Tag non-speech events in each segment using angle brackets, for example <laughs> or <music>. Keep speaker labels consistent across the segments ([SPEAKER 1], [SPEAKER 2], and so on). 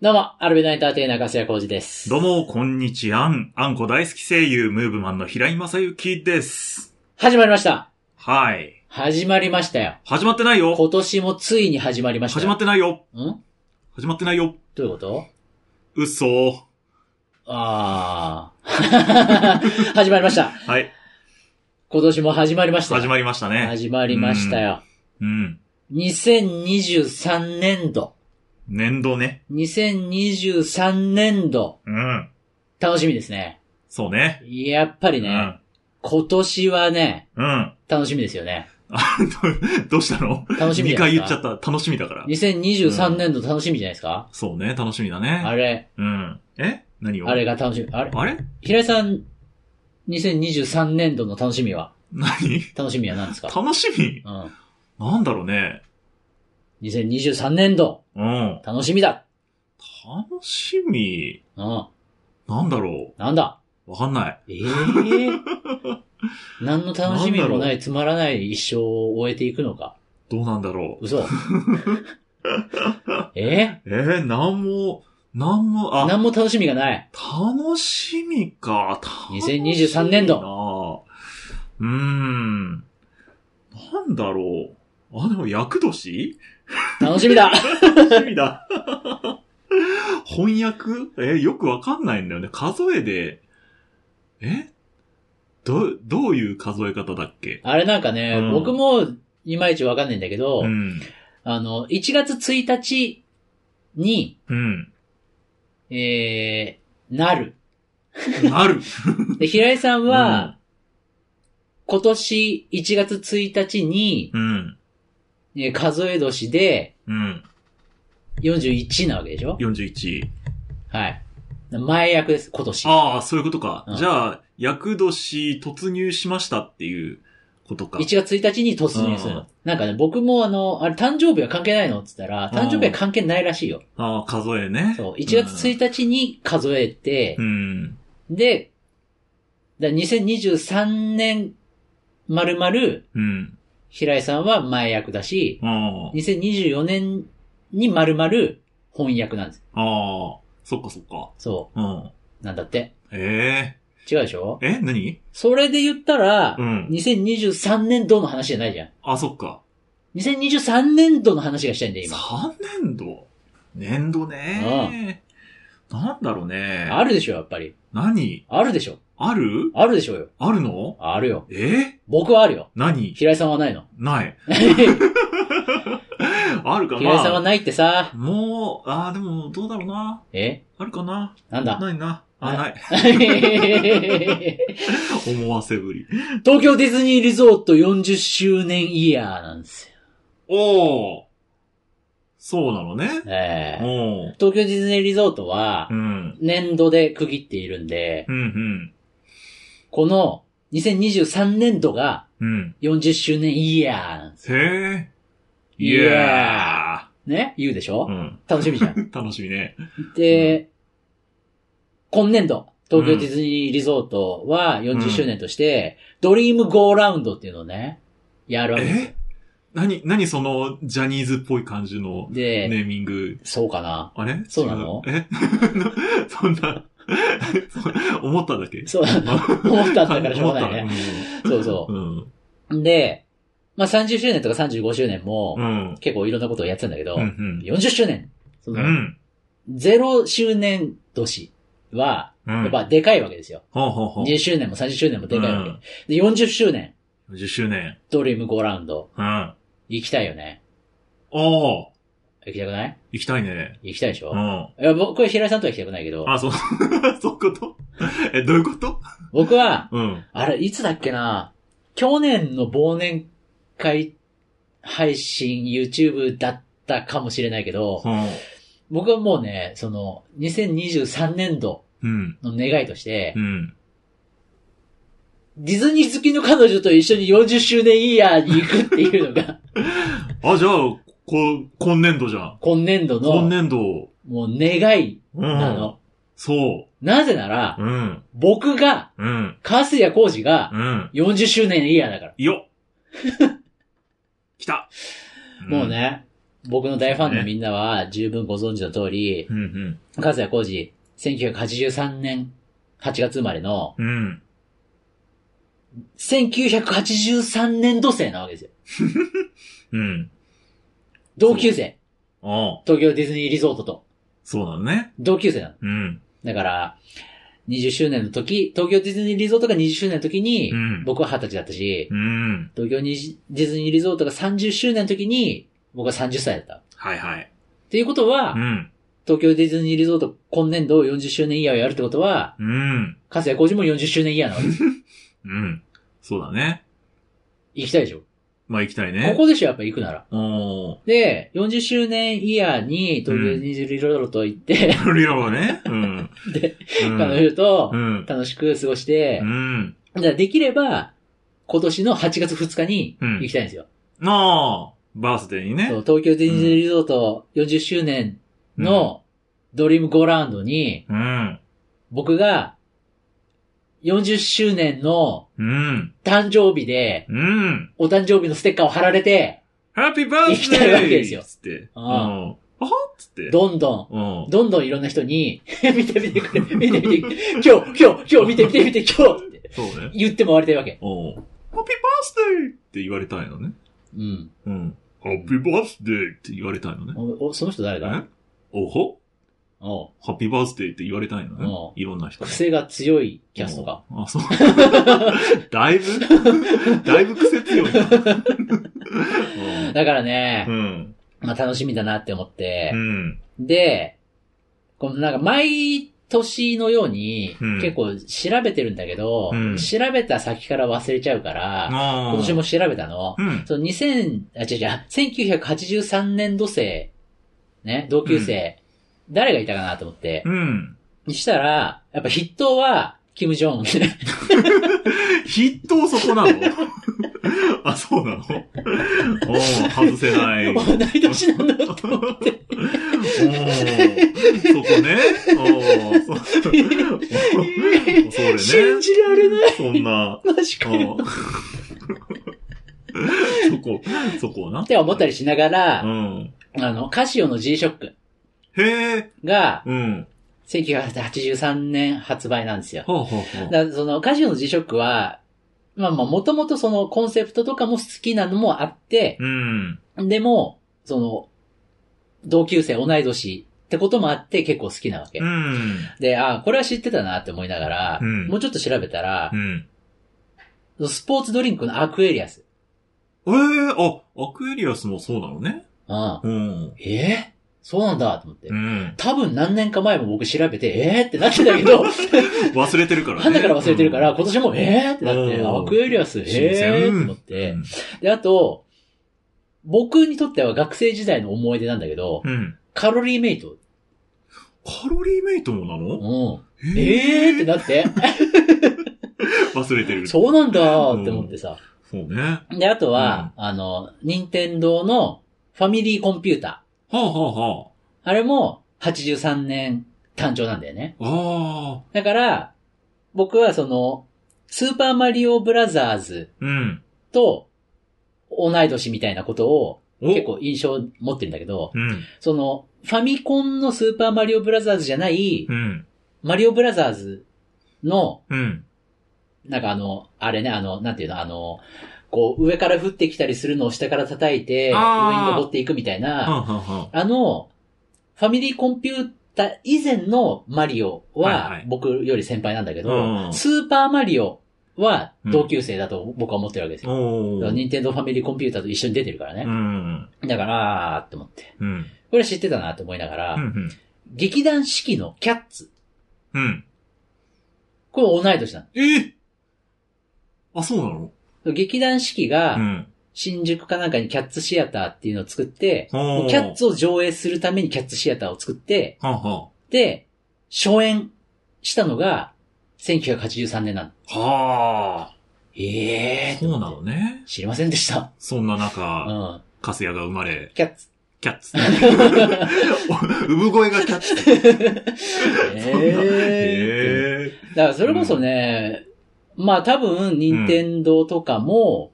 [SPEAKER 1] どうも、アルベナイターテイナー、粕谷浩二です。
[SPEAKER 2] どうも、こんにちは。あん、あんこ大好き声優、ムーブマンの平井正幸です。
[SPEAKER 1] 始まりました。
[SPEAKER 2] はい。
[SPEAKER 1] 始まりましたよ。
[SPEAKER 2] 始まってないよ
[SPEAKER 1] 今年もついに始まりました
[SPEAKER 2] 始
[SPEAKER 1] よ。
[SPEAKER 2] まってないよ
[SPEAKER 1] んど
[SPEAKER 2] 始まってないよ
[SPEAKER 1] ういうこと
[SPEAKER 2] 嘘。
[SPEAKER 1] ああ。 <laughs> 始まりました。
[SPEAKER 2] はい。
[SPEAKER 1] 今年も始まりましたよ。
[SPEAKER 2] 始まりましたね。
[SPEAKER 1] 始まりましたよ。
[SPEAKER 2] うん。
[SPEAKER 1] 2023年度。
[SPEAKER 2] 年度ね。
[SPEAKER 1] 2023年度。
[SPEAKER 2] うん。
[SPEAKER 1] 楽しみですね。
[SPEAKER 2] そうね。
[SPEAKER 1] やっぱりね、今年はね、
[SPEAKER 2] うん。うん。
[SPEAKER 1] 楽しみですよね。
[SPEAKER 2] <laughs> どどうしたの
[SPEAKER 1] 楽しみじ
[SPEAKER 2] 二
[SPEAKER 1] ゃないです
[SPEAKER 2] 回言
[SPEAKER 1] か
[SPEAKER 2] っちゃった。楽しみだから。
[SPEAKER 1] 2023年度楽しみじゃないですか、
[SPEAKER 2] そうね。楽しみだね。
[SPEAKER 1] あれ、
[SPEAKER 2] うん。え何を
[SPEAKER 1] あれが楽しみ。あれ
[SPEAKER 2] あれ
[SPEAKER 1] 平井さん、2023年度の楽しみは
[SPEAKER 2] 何
[SPEAKER 1] 楽しみは何ですか
[SPEAKER 2] 楽しみ
[SPEAKER 1] うん。
[SPEAKER 2] なんだろうね。
[SPEAKER 1] 2023年度、
[SPEAKER 2] うん。
[SPEAKER 1] 楽しみだ
[SPEAKER 2] 楽しみ、
[SPEAKER 1] うん。
[SPEAKER 2] なんだろ
[SPEAKER 1] なんだ
[SPEAKER 2] う。わかんない。
[SPEAKER 1] ええ
[SPEAKER 2] <laughs>
[SPEAKER 1] 何の楽しみもない、つまらない一生を終えていくのか。
[SPEAKER 2] どうなんだろう。 <laughs>
[SPEAKER 1] 嘘。え
[SPEAKER 2] えー、なんも、なんも、あ、
[SPEAKER 1] 何も楽しみがない。
[SPEAKER 2] 楽しみか。
[SPEAKER 1] 2023年
[SPEAKER 2] 度。うーん。なんだろう。あ、でも、厄年
[SPEAKER 1] 楽しみだ <laughs>
[SPEAKER 2] 楽しみだ。 <laughs> 翻訳えーよくわかんないんだよね。数えで、えど、どういう数え方だっけ
[SPEAKER 1] あれなんかね、
[SPEAKER 2] うん
[SPEAKER 1] 僕もいまいちわかんないんだけど、
[SPEAKER 2] うん。
[SPEAKER 1] あの、1月1日に、
[SPEAKER 2] うん。
[SPEAKER 1] えー、なる。
[SPEAKER 2] なる。
[SPEAKER 1] で、平井さんは、今年1月1日に、
[SPEAKER 2] うん。
[SPEAKER 1] えー数え年で
[SPEAKER 2] うん。
[SPEAKER 1] 41なわけでしょ
[SPEAKER 2] 41。
[SPEAKER 1] はい。前役です、今年。
[SPEAKER 2] ああ、そういうことか。
[SPEAKER 1] うん
[SPEAKER 2] じゃあ、厄年突入しましたっていうことか。
[SPEAKER 1] 1月1日に突入するの。
[SPEAKER 2] うん
[SPEAKER 1] なんかね、僕もあの、あれ誕生日は関係ないのって言ったら、
[SPEAKER 2] うん
[SPEAKER 1] 誕生日は関係ないらしいよ。
[SPEAKER 2] ああ、数えね。
[SPEAKER 1] そう。1月1日に数えて
[SPEAKER 2] う、ん。
[SPEAKER 1] で、だ2023年、まるまる、
[SPEAKER 2] うん。
[SPEAKER 1] 平井さんは前役だし、
[SPEAKER 2] あ
[SPEAKER 1] 2024年にまるまる翻訳なんです。
[SPEAKER 2] あ。ああ。そっかそっか。
[SPEAKER 1] そ
[SPEAKER 2] うん。
[SPEAKER 1] う。なんだって。
[SPEAKER 2] え
[SPEAKER 1] 違うでしょ
[SPEAKER 2] ええ、何
[SPEAKER 1] それで言ったら、
[SPEAKER 2] うん。
[SPEAKER 1] 2023年度の話じゃないじゃん。
[SPEAKER 2] あ、そっか。
[SPEAKER 1] 2023年度の話がしたいんだよ、今。
[SPEAKER 2] 3年度年度ね。なんだろうね。
[SPEAKER 1] あるでしょ、やっぱり。
[SPEAKER 2] 何
[SPEAKER 1] あるでしょ。
[SPEAKER 2] ある
[SPEAKER 1] あるでしょうよ。
[SPEAKER 2] あるの
[SPEAKER 1] あるよ。
[SPEAKER 2] え
[SPEAKER 1] 僕はあるよ。
[SPEAKER 2] 何
[SPEAKER 1] 平井さんはないの。 <laughs>
[SPEAKER 2] ない。
[SPEAKER 1] 平
[SPEAKER 2] あるかな
[SPEAKER 1] 井さんはないってさ。
[SPEAKER 2] もう、ああ、でも、どうだろうな。
[SPEAKER 1] え
[SPEAKER 2] あるかな
[SPEAKER 1] なんだ <laughs>
[SPEAKER 2] ないな。
[SPEAKER 1] は
[SPEAKER 2] あ、
[SPEAKER 1] い
[SPEAKER 2] ない。 <laughs>
[SPEAKER 1] 東
[SPEAKER 2] 思わせぶり。
[SPEAKER 1] 京ディズニーリゾート40周年イヤーなんですよ。
[SPEAKER 2] おお。そうなのね。
[SPEAKER 1] ええ
[SPEAKER 2] おお。
[SPEAKER 1] 東京ディズニーリゾートは
[SPEAKER 2] う、ん。
[SPEAKER 1] 年度で区切っているんで、
[SPEAKER 2] うん、
[SPEAKER 1] この2023年度が
[SPEAKER 2] うん。うん。
[SPEAKER 1] 40周年イヤーなんです。
[SPEAKER 2] へえ。
[SPEAKER 1] い
[SPEAKER 2] い
[SPEAKER 1] や
[SPEAKER 2] や
[SPEAKER 1] ね言うでしょ、
[SPEAKER 2] ー。うん。
[SPEAKER 1] 楽しみじゃ
[SPEAKER 2] <laughs>
[SPEAKER 1] ん。
[SPEAKER 2] 楽しみね。
[SPEAKER 1] で、今年度、東京ディズニーリゾートは40周年として、ドリームゴーラウンドっていうのをね、やるわけですよ
[SPEAKER 2] え。何、何その、ジャニーズっぽい感じの
[SPEAKER 1] で、
[SPEAKER 2] ネーミング。
[SPEAKER 1] そうかな。
[SPEAKER 2] あれ
[SPEAKER 1] そうなの
[SPEAKER 2] 違え <laughs> そんな、 <laughs> そう思っただけ
[SPEAKER 1] そうなの。思ったんだからしょうがない
[SPEAKER 2] 思
[SPEAKER 1] ね。
[SPEAKER 2] っ
[SPEAKER 1] そう
[SPEAKER 2] た
[SPEAKER 1] そ
[SPEAKER 2] うん。
[SPEAKER 1] う。で、まあ、30周年とか35周年も
[SPEAKER 2] う、ん。
[SPEAKER 1] 結構いろんなことをやってたんだけど、
[SPEAKER 2] うん。
[SPEAKER 1] 40周年、そ
[SPEAKER 2] うん。う
[SPEAKER 1] の、
[SPEAKER 2] ん。
[SPEAKER 1] 0周年年は、
[SPEAKER 2] うん
[SPEAKER 1] やっぱでかいわけですよ。
[SPEAKER 2] ほうほうほう。
[SPEAKER 1] 20周年も30周年もでかいわ
[SPEAKER 2] うん
[SPEAKER 1] け。で、40周年、
[SPEAKER 2] 10周年。
[SPEAKER 1] ドリームゴーラウンド、
[SPEAKER 2] うん。
[SPEAKER 1] 行きたいよね。
[SPEAKER 2] おお。
[SPEAKER 1] 行きたくない
[SPEAKER 2] 行きたいね。
[SPEAKER 1] 行きたいでしょ、
[SPEAKER 2] うん。
[SPEAKER 1] いや僕は平井さんとは行きたくないけど、
[SPEAKER 2] あ、そう、 <laughs> そういうことえ、どういうこと
[SPEAKER 1] 僕は、
[SPEAKER 2] うん。
[SPEAKER 1] あれ、いつだっけな、去年の忘年会配信 YouTube だったかもしれないけど、
[SPEAKER 2] うん。
[SPEAKER 1] 僕はもうね、その、2023年度
[SPEAKER 2] うん。
[SPEAKER 1] の願いとして
[SPEAKER 2] う、ん。
[SPEAKER 1] ディズニー好きの彼女と一緒に40周年イヤーに行くっていうの
[SPEAKER 2] <laughs>
[SPEAKER 1] が、
[SPEAKER 2] あ、じゃあ、こ、今年度じゃん。
[SPEAKER 1] 今年度
[SPEAKER 2] 今
[SPEAKER 1] の、
[SPEAKER 2] 年度。
[SPEAKER 1] もう願い
[SPEAKER 2] うん。
[SPEAKER 1] なの。
[SPEAKER 2] そ
[SPEAKER 1] なぜなら
[SPEAKER 2] う。、うん。
[SPEAKER 1] 僕が、
[SPEAKER 2] うん。
[SPEAKER 1] カスヤコウジが
[SPEAKER 2] うん。
[SPEAKER 1] 40周年イヤーだから。
[SPEAKER 2] よっ来た。
[SPEAKER 1] もうね、僕の大ファンのみんなは十分ご存知の通り、
[SPEAKER 2] うん
[SPEAKER 1] 和也浩二、1983年8月生まれの、
[SPEAKER 2] うん。うん。
[SPEAKER 1] 1983年度生なわけですよ。
[SPEAKER 2] うん。
[SPEAKER 1] 同級生。
[SPEAKER 2] ああ、
[SPEAKER 1] 東京ディズニーリゾートと。
[SPEAKER 2] そうだね。
[SPEAKER 1] 同級生なの。
[SPEAKER 2] うん。
[SPEAKER 1] だから、20周年の時、東京ディズニーリゾートが20周年の時に
[SPEAKER 2] う、ん。
[SPEAKER 1] 僕は20歳だったし、
[SPEAKER 2] うん。
[SPEAKER 1] 東京にディズニーリゾートが30周年の時に、僕は30歳だった。っ
[SPEAKER 2] はいはい。
[SPEAKER 1] ていうことは
[SPEAKER 2] う、ん。
[SPEAKER 1] 東京ディズニーリゾート今年度40周年イヤーをやるってことは、
[SPEAKER 2] うん。
[SPEAKER 1] かつや工事も40周年イヤーなわけです。
[SPEAKER 2] うん。そうだね。
[SPEAKER 1] 行きたいでしょ
[SPEAKER 2] まあ行きたい
[SPEAKER 1] こ
[SPEAKER 2] ね。
[SPEAKER 1] こでしょ、やっぱ行くなら。
[SPEAKER 2] お
[SPEAKER 1] で、40周年イヤーに東京ディズニーリゾート行って、
[SPEAKER 2] ー。リオね。うん。
[SPEAKER 1] <laughs> で、
[SPEAKER 2] うん
[SPEAKER 1] 彼女と
[SPEAKER 2] うん。
[SPEAKER 1] 楽しく過ごして
[SPEAKER 2] う、ん。
[SPEAKER 1] じゃあできれば、今年の8月2日に
[SPEAKER 2] うん
[SPEAKER 1] 行きたいんですよ。
[SPEAKER 2] ああ、バースデーにね。
[SPEAKER 1] そう東京ディズニーリゾート40周年のドリームゴーラウンドに、
[SPEAKER 2] うん。
[SPEAKER 1] 僕が40周年の
[SPEAKER 2] うん。
[SPEAKER 1] 誕生日で、
[SPEAKER 2] うん。
[SPEAKER 1] お誕生日のステッカーを貼られて、
[SPEAKER 2] ハッピーバー
[SPEAKER 1] 行き
[SPEAKER 2] スデー
[SPEAKER 1] たいわけですよ
[SPEAKER 2] つって。
[SPEAKER 1] あ
[SPEAKER 2] あ
[SPEAKER 1] あ
[SPEAKER 2] あ。あつって。
[SPEAKER 1] どんど
[SPEAKER 2] うん
[SPEAKER 1] ん、。どんどんいろんな人に、 <laughs> 見て見てくれ、見て見て、今日、今日、今日見て見て見て、今日って
[SPEAKER 2] そうね。
[SPEAKER 1] 言って回りたいわけ。
[SPEAKER 2] おうハッピーバースデーって言われたいのね。
[SPEAKER 1] うん。
[SPEAKER 2] うん。ハッピーバースデーって言われたいのね。
[SPEAKER 1] お、おその人誰だ
[SPEAKER 2] えおほ
[SPEAKER 1] おう
[SPEAKER 2] ハッピーバースデーって言われたいのね
[SPEAKER 1] お。
[SPEAKER 2] いろんな人に。
[SPEAKER 1] 癖が強いキャストか。
[SPEAKER 2] あ、そう。 <laughs> だいぶ、 <laughs> だいぶ癖強いな。
[SPEAKER 1] <laughs> だから
[SPEAKER 2] う
[SPEAKER 1] ね、
[SPEAKER 2] ん。
[SPEAKER 1] まあ楽しみだなって思って
[SPEAKER 2] う、ん。
[SPEAKER 1] で、このなんか毎年のように、
[SPEAKER 2] うん
[SPEAKER 1] 結構調べてるんだけど、
[SPEAKER 2] うん
[SPEAKER 1] 調べた先から忘れちゃうから、
[SPEAKER 2] ああ。
[SPEAKER 1] 今年も調べたの。
[SPEAKER 2] うん。
[SPEAKER 1] その2000、あ、違う違う、1983年度生、ね、同級生、誰がいたかなと思って
[SPEAKER 2] う、ん。
[SPEAKER 1] にしたら、やっぱ筆頭は、キム・ジョンウン。
[SPEAKER 2] 筆頭そこなの <laughs> あ、そうなのおー外せ
[SPEAKER 1] <laughs>
[SPEAKER 2] ない。
[SPEAKER 1] 同い年なんだ
[SPEAKER 2] お
[SPEAKER 1] よと思って
[SPEAKER 2] ーそこね。おーそそれ
[SPEAKER 1] <laughs>
[SPEAKER 2] ね。
[SPEAKER 1] 信じられない。
[SPEAKER 2] そんな。
[SPEAKER 1] 確かに。
[SPEAKER 2] おー <laughs> そこ、そこな
[SPEAKER 1] っ。て思ったりしなが
[SPEAKER 2] う
[SPEAKER 1] ら、
[SPEAKER 2] ん。
[SPEAKER 1] あの、カシオの G-SHOCK
[SPEAKER 2] へえ。
[SPEAKER 1] が、
[SPEAKER 2] うん。
[SPEAKER 1] 1983年発売なんですよ。
[SPEAKER 2] はあ、はあ、は
[SPEAKER 1] だ
[SPEAKER 2] あ。
[SPEAKER 1] からその、カシオの G-SHOCK は、まあまあ、もともとそのコンセプトとかも好きなのもあって、
[SPEAKER 2] うん。
[SPEAKER 1] でも、その、同級生、同い年ってこともあって結構好きなわけ。
[SPEAKER 2] うん。
[SPEAKER 1] で、あこれは知ってたなって思いながら、
[SPEAKER 2] うん
[SPEAKER 1] もうちょっと調べたら
[SPEAKER 2] う、ん。
[SPEAKER 1] スポーツドリンクのアクエリアス。
[SPEAKER 2] ええあ、アクエリアスもそうなのね。
[SPEAKER 1] うん。
[SPEAKER 2] うん。
[SPEAKER 1] ええそうなんだと思って
[SPEAKER 2] う。ん。
[SPEAKER 1] 多分何年か前も僕調べて、えーってなってたけ
[SPEAKER 2] <laughs>
[SPEAKER 1] ど、
[SPEAKER 2] 忘れてるからね。
[SPEAKER 1] なんだから忘れてるから、
[SPEAKER 2] うん、
[SPEAKER 1] 今年もえーってなって、
[SPEAKER 2] うん
[SPEAKER 1] アクエリアス、え
[SPEAKER 2] 新鮮
[SPEAKER 1] ーって思って。。で、あと、僕にとっては学生時代の思い出なんだけど、
[SPEAKER 2] うん。うん
[SPEAKER 1] カロリーメイト。
[SPEAKER 2] カロリーメイトもな
[SPEAKER 1] う
[SPEAKER 2] の
[SPEAKER 1] ん。えーってなって、
[SPEAKER 2] 忘れてる。
[SPEAKER 1] そうなんだって思ってさ。
[SPEAKER 2] そうね。は
[SPEAKER 1] で、あとは、あの、任天堂のファミリーコンピュータ
[SPEAKER 2] あはあは
[SPEAKER 1] ー。あれも83年誕生なんだよね。
[SPEAKER 2] あ。ああ。
[SPEAKER 1] だから、僕はその、スーパーマリオブラザーズ
[SPEAKER 2] うん。
[SPEAKER 1] と同い年みたいなことを
[SPEAKER 2] お
[SPEAKER 1] 結。構印象持ってるんだけど、
[SPEAKER 2] うん。
[SPEAKER 1] そのファミコンのスーパーマリオブラザーズじゃない、
[SPEAKER 2] うん。
[SPEAKER 1] マリオブラザーズの、
[SPEAKER 2] うん。
[SPEAKER 1] なんかあの、あれね、あの、なんていうの、あの、こう上から降ってきたりするのを下から叩いて、上
[SPEAKER 2] あー
[SPEAKER 1] に登っていくみたい
[SPEAKER 2] はあ
[SPEAKER 1] な、
[SPEAKER 2] はあは
[SPEAKER 1] あの、ファミリーコンピュータ以前のマリオ
[SPEAKER 2] はいは
[SPEAKER 1] はい僕より先輩なんだけど、
[SPEAKER 2] うん
[SPEAKER 1] スーパーマリオは同級生だと僕は思ってるわけです
[SPEAKER 2] あ。
[SPEAKER 1] よ。
[SPEAKER 2] お
[SPEAKER 1] だから
[SPEAKER 2] ー
[SPEAKER 1] 任天堂ファミリーコンピュータと一緒に出てるからね
[SPEAKER 2] う。ん。
[SPEAKER 1] だから、あーって思って。
[SPEAKER 2] うん。
[SPEAKER 1] これ知ってたなって思いながら、
[SPEAKER 2] うん。
[SPEAKER 1] 劇団四季のキャッツ。
[SPEAKER 2] うん。
[SPEAKER 1] これ同い年な
[SPEAKER 2] ええあ、そうなの
[SPEAKER 1] の。劇団四季
[SPEAKER 2] う
[SPEAKER 1] が、
[SPEAKER 2] ん。
[SPEAKER 1] 新宿かなんかにキャッツシアターっていうのを作って、
[SPEAKER 2] おー
[SPEAKER 1] キャッツを上映するためにキャッツシアターを作って、
[SPEAKER 2] はあは
[SPEAKER 1] で、初演したのが、1983年なの。
[SPEAKER 2] あ。はあ。
[SPEAKER 1] ええー。
[SPEAKER 2] そうなのね。
[SPEAKER 1] 知りませんでした。
[SPEAKER 2] そんな
[SPEAKER 1] う
[SPEAKER 2] 中、
[SPEAKER 1] ん。
[SPEAKER 2] カスヤが生まれ、
[SPEAKER 1] キャッ
[SPEAKER 2] <laughs>
[SPEAKER 1] ツ。
[SPEAKER 2] キャ
[SPEAKER 1] <laughs>
[SPEAKER 2] ッツ。産声がキャッツ。
[SPEAKER 1] ええー。
[SPEAKER 2] へえ。
[SPEAKER 1] だからそれこそね、まあ多分、任天堂とかも、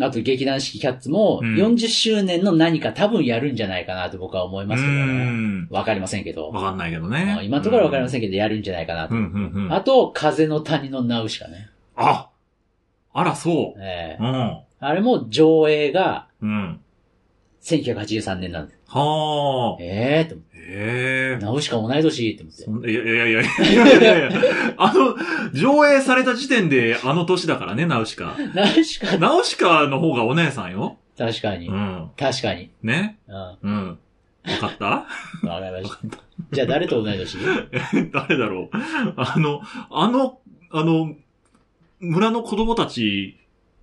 [SPEAKER 1] あと劇団四季キャッツも
[SPEAKER 2] うん
[SPEAKER 1] 40周年の何か多分やるんじゃないかなと僕は思いますけど
[SPEAKER 2] う
[SPEAKER 1] ね。
[SPEAKER 2] ん。
[SPEAKER 1] わかりませんけど。
[SPEAKER 2] わかんないけどね
[SPEAKER 1] まあ。今のところはわかりま
[SPEAKER 2] ん。
[SPEAKER 1] せんけど、やるんじゃないかなと。
[SPEAKER 2] うん、うん、うん。
[SPEAKER 1] あと、風の谷のナウシカね。
[SPEAKER 2] ああら、そう。
[SPEAKER 1] ええ
[SPEAKER 2] うん。
[SPEAKER 1] あれも上映が
[SPEAKER 2] うん。
[SPEAKER 1] 1983年なんです。
[SPEAKER 2] はあ。
[SPEAKER 1] ええと思っ
[SPEAKER 2] へえ
[SPEAKER 1] て、。ナウシカ同い年と思って。
[SPEAKER 2] そんいやいやいやいやいやいやいやあの、上映された時点であの年だからね、ナウシカ。
[SPEAKER 1] ナウシカ、
[SPEAKER 2] ナウシカの方がお姉さんよ。
[SPEAKER 1] 確かに
[SPEAKER 2] う。ん。
[SPEAKER 1] 確かに。
[SPEAKER 2] ね。
[SPEAKER 1] うん。わ
[SPEAKER 2] うん。わかった <laughs>
[SPEAKER 1] かりました。じゃあ誰と同い年
[SPEAKER 2] 誰だろう。あの、あの、あの、村の子供たち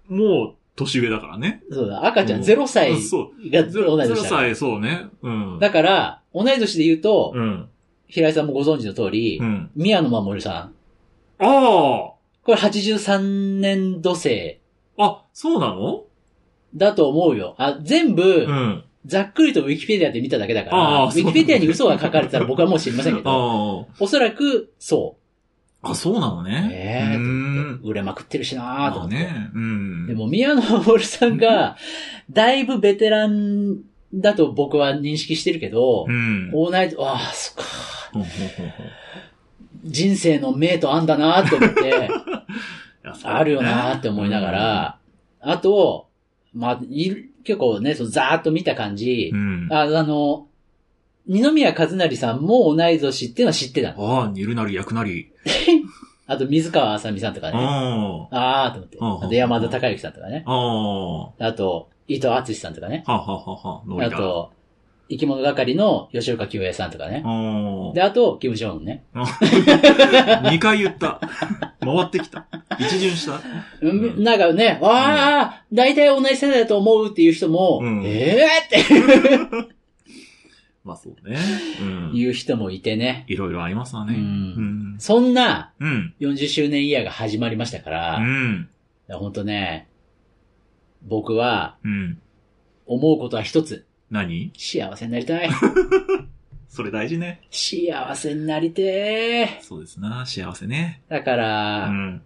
[SPEAKER 2] も年上だからね。
[SPEAKER 1] そうだ、赤ちゃん0歳
[SPEAKER 2] そう。
[SPEAKER 1] が
[SPEAKER 2] 0
[SPEAKER 1] 同い年だから。
[SPEAKER 2] 歳、そうね。うん。
[SPEAKER 1] だから、同い年で言うと、
[SPEAKER 2] うん。
[SPEAKER 1] 平井さんもご存知の通り、
[SPEAKER 2] うん。
[SPEAKER 1] 宮野真守さん。
[SPEAKER 2] あ
[SPEAKER 1] これ83年度生
[SPEAKER 2] ああ、そうなの
[SPEAKER 1] だと思うよ。あ、全部、
[SPEAKER 2] うん。
[SPEAKER 1] ざっくりとウィキペディアで見ただけだから、
[SPEAKER 2] あ
[SPEAKER 1] ウ
[SPEAKER 2] あ
[SPEAKER 1] ィキペディアに嘘が書かれてたら僕はもう知りませんけど、
[SPEAKER 2] <laughs> あ
[SPEAKER 1] おそらく、そ
[SPEAKER 2] あ。あ、そうなの
[SPEAKER 1] う。
[SPEAKER 2] ね。
[SPEAKER 1] ねえ
[SPEAKER 2] うーん
[SPEAKER 1] 売れまくってるしなーと思
[SPEAKER 2] まあ
[SPEAKER 1] って。
[SPEAKER 2] ね。うん。
[SPEAKER 1] でも、宮野真守さんが、だいぶベテランだと僕は認識してるけど
[SPEAKER 2] う、ん。
[SPEAKER 1] 同い、ああ、そっか。
[SPEAKER 2] ほんほんほんほんい
[SPEAKER 1] 人生の命とあんだなーと思
[SPEAKER 2] <laughs>
[SPEAKER 1] って、
[SPEAKER 2] やそうだね
[SPEAKER 1] あるよなーって思いながら、あと、まあ、い結構ね、そのざーっと見た感じ、
[SPEAKER 2] うん。うん。あ
[SPEAKER 1] ああの、二宮和也さんも同い年っていうのは知ってたの。
[SPEAKER 2] あ、煮るなり焼くなり。
[SPEAKER 1] あと、水川あさみさんとかね。
[SPEAKER 2] ああ。
[SPEAKER 1] あーと思って。
[SPEAKER 2] うんうんうん
[SPEAKER 1] あと、山田孝之さんとかね。
[SPEAKER 2] ああ。は
[SPEAKER 1] あと、伊藤敦さんとかね。
[SPEAKER 2] あはあはあはあ。ノ
[SPEAKER 1] あ
[SPEAKER 2] リだ。あ
[SPEAKER 1] と、生き物係の吉岡清江さんとかね。
[SPEAKER 2] あ。
[SPEAKER 1] で、あと、キム・ジョンウンね。
[SPEAKER 2] 二回言った。
[SPEAKER 1] <laughs>
[SPEAKER 2] 回ってきた。一巡した。
[SPEAKER 1] うんなんかね、わあ、大体同じ世代だと思うっていう人も、
[SPEAKER 2] うん
[SPEAKER 1] ええー、って
[SPEAKER 2] まあそうね。うん。
[SPEAKER 1] いう人もいてね。
[SPEAKER 2] いろいろありますわ
[SPEAKER 1] う。
[SPEAKER 2] ね。うんん。
[SPEAKER 1] そんな
[SPEAKER 2] うん。
[SPEAKER 1] 40周年イヤーが始まりましたから、
[SPEAKER 2] う
[SPEAKER 1] い
[SPEAKER 2] ん。
[SPEAKER 1] やほんとね、僕は
[SPEAKER 2] うん。
[SPEAKER 1] 思うことは一つ。
[SPEAKER 2] 何
[SPEAKER 1] 幸せになり <laughs> たい。
[SPEAKER 2] それ大事ね。
[SPEAKER 1] 幸せになりて
[SPEAKER 2] そうですな。幸せね。
[SPEAKER 1] ー。だか
[SPEAKER 2] う
[SPEAKER 1] ら、
[SPEAKER 2] ん。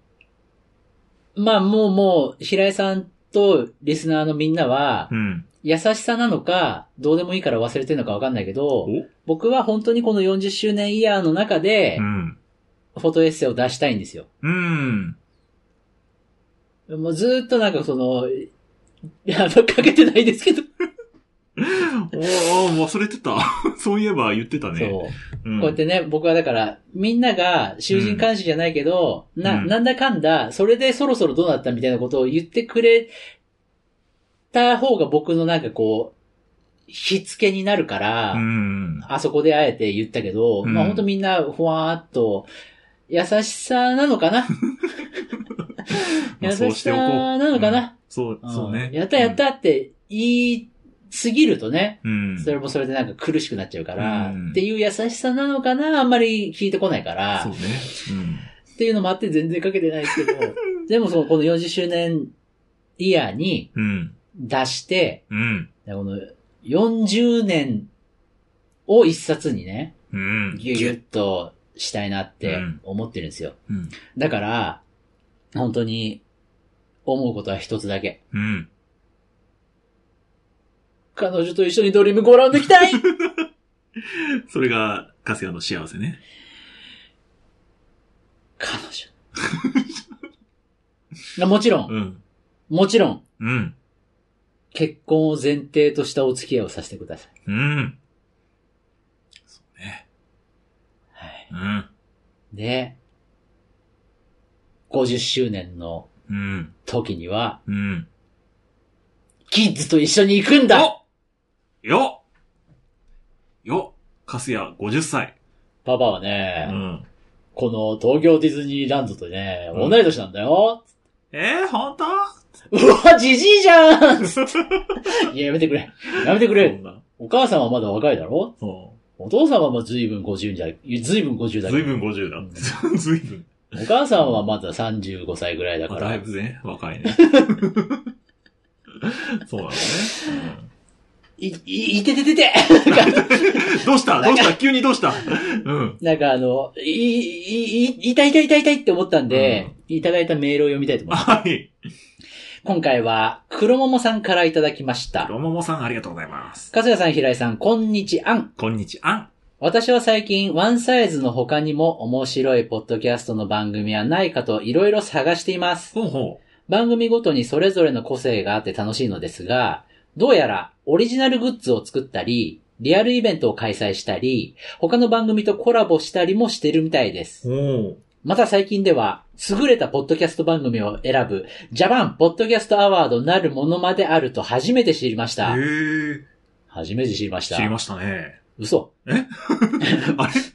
[SPEAKER 1] まあもうもう、平井さんとリスナーのみんなは、
[SPEAKER 2] うん。
[SPEAKER 1] 優しさなのか、どうでもいいから忘れてるのかわかんないけど
[SPEAKER 2] お、
[SPEAKER 1] 僕は本当にこの40周年イヤーの中で
[SPEAKER 2] う、ん。
[SPEAKER 1] フォトエッセイを出したいんですよ。
[SPEAKER 2] うん。
[SPEAKER 1] もうずーっとなんかその、 <laughs> いやあの、かけてないですけど、
[SPEAKER 2] おー、忘れてた。 <laughs> そういえば言ってた
[SPEAKER 1] そう
[SPEAKER 2] ね。。うん
[SPEAKER 1] こうやってね、僕はだから、みんなが囚人監視じゃないけど、
[SPEAKER 2] ん
[SPEAKER 1] な、
[SPEAKER 2] うん
[SPEAKER 1] なんだかんだ、それでそろそろどうなったみたいなことを言ってくれた方が僕のなんかこう、しつけになるから、
[SPEAKER 2] うん。
[SPEAKER 1] あそこであえて言ったけど、
[SPEAKER 2] うん
[SPEAKER 1] まあほんとみんなふわーっと、優しさなのかな
[SPEAKER 2] まあそうしておこう
[SPEAKER 1] 優しさなのかな
[SPEAKER 2] うんそう、 <laughs> そうね
[SPEAKER 1] ん。やったやったって言いすぎるとね、
[SPEAKER 2] うん。
[SPEAKER 1] それもそれでなんか苦しくなっちゃうから、
[SPEAKER 2] うん
[SPEAKER 1] っていう優しさなのかなあんまり聞いてこないから、
[SPEAKER 2] そうね。うん。
[SPEAKER 1] っていうのもあって全然かけてないですけど、
[SPEAKER 2] <laughs>
[SPEAKER 1] でもそのこの40周年イヤーに
[SPEAKER 2] うん。
[SPEAKER 1] 出して、
[SPEAKER 2] うん。
[SPEAKER 1] この40年を一冊にね、
[SPEAKER 2] うん。
[SPEAKER 1] ぎゅぎゅっとしたいなって思ってるんですよ。
[SPEAKER 2] うん。
[SPEAKER 1] だから、本当に思うことは一つだけ。
[SPEAKER 2] うん。
[SPEAKER 1] 彼女と一緒にドリームご覧でき
[SPEAKER 2] <laughs>
[SPEAKER 1] たい
[SPEAKER 2] それが、カスヤの幸せね。
[SPEAKER 1] 彼女。 <laughs> もちろん、
[SPEAKER 2] うん。
[SPEAKER 1] もちろん、
[SPEAKER 2] うん。
[SPEAKER 1] 結婚を前提としたお付き合いをさせてください。
[SPEAKER 2] うん。そうね。
[SPEAKER 1] はい、
[SPEAKER 2] うん。
[SPEAKER 1] で、50周年の
[SPEAKER 2] うん。
[SPEAKER 1] 時には、
[SPEAKER 2] うん。
[SPEAKER 1] キッズと一緒に行くんだ
[SPEAKER 2] よよカスヤ50歳。
[SPEAKER 1] パパは
[SPEAKER 2] う
[SPEAKER 1] ね、
[SPEAKER 2] ん。
[SPEAKER 1] この東京ディズニーランドとね、
[SPEAKER 2] うん
[SPEAKER 1] 同い年なんだよ。
[SPEAKER 2] えー、ほんと <laughs>
[SPEAKER 1] うわ、じじいじゃん <laughs> いや、やめてくれ。やめてく
[SPEAKER 2] そ
[SPEAKER 1] れ。
[SPEAKER 2] んな。
[SPEAKER 1] お母さんはまだ若いだろ
[SPEAKER 2] そ
[SPEAKER 1] お父さんはまあ随分50じゃ、随分50
[SPEAKER 2] う。
[SPEAKER 1] だ
[SPEAKER 2] ず
[SPEAKER 1] け
[SPEAKER 2] いぶん50だ。 <laughs> ずいぶん。
[SPEAKER 1] ど。お母さんはまだ35歳ぐらいだ
[SPEAKER 2] ま
[SPEAKER 1] から
[SPEAKER 2] あだい。ぶね、若いね。 <laughs> そうなのね。
[SPEAKER 1] い、い、いててて <laughs> て
[SPEAKER 2] うんどうしたどうした急にどうしたうん。
[SPEAKER 1] なんかあの、い、い、い、い痛い痛い痛い痛いって思ったんで、いただいたメールを読みたいと思います。
[SPEAKER 2] はい。
[SPEAKER 1] 今回は、黒桃さんからいただきました。
[SPEAKER 2] ロモモさん、ありがとうございます。
[SPEAKER 1] かすやさん、平井さん、こんにちは。
[SPEAKER 2] こんにちは。
[SPEAKER 1] 私は最近、ワンサイズの他にも面白いポッドキャストの番組はないかといろいろ探しています。
[SPEAKER 2] ほうほ
[SPEAKER 1] 番組ごとにそれぞれの個性があって楽しいのですが、どうやらオリジナルグッズを作ったり、リアルイベントを開催したり、他の番組とコラボしたりもしてるみたいです
[SPEAKER 2] う。。ほ
[SPEAKER 1] また最近では、優れたポッドキャスト番組を選ぶ、ジャパンポッドキャストアワードなるものまであると初めて知りまし
[SPEAKER 2] う。
[SPEAKER 1] た。
[SPEAKER 2] へえ。
[SPEAKER 1] 初めて知りました。
[SPEAKER 2] 知りましたね。
[SPEAKER 1] 嘘。 <laughs>
[SPEAKER 2] あれ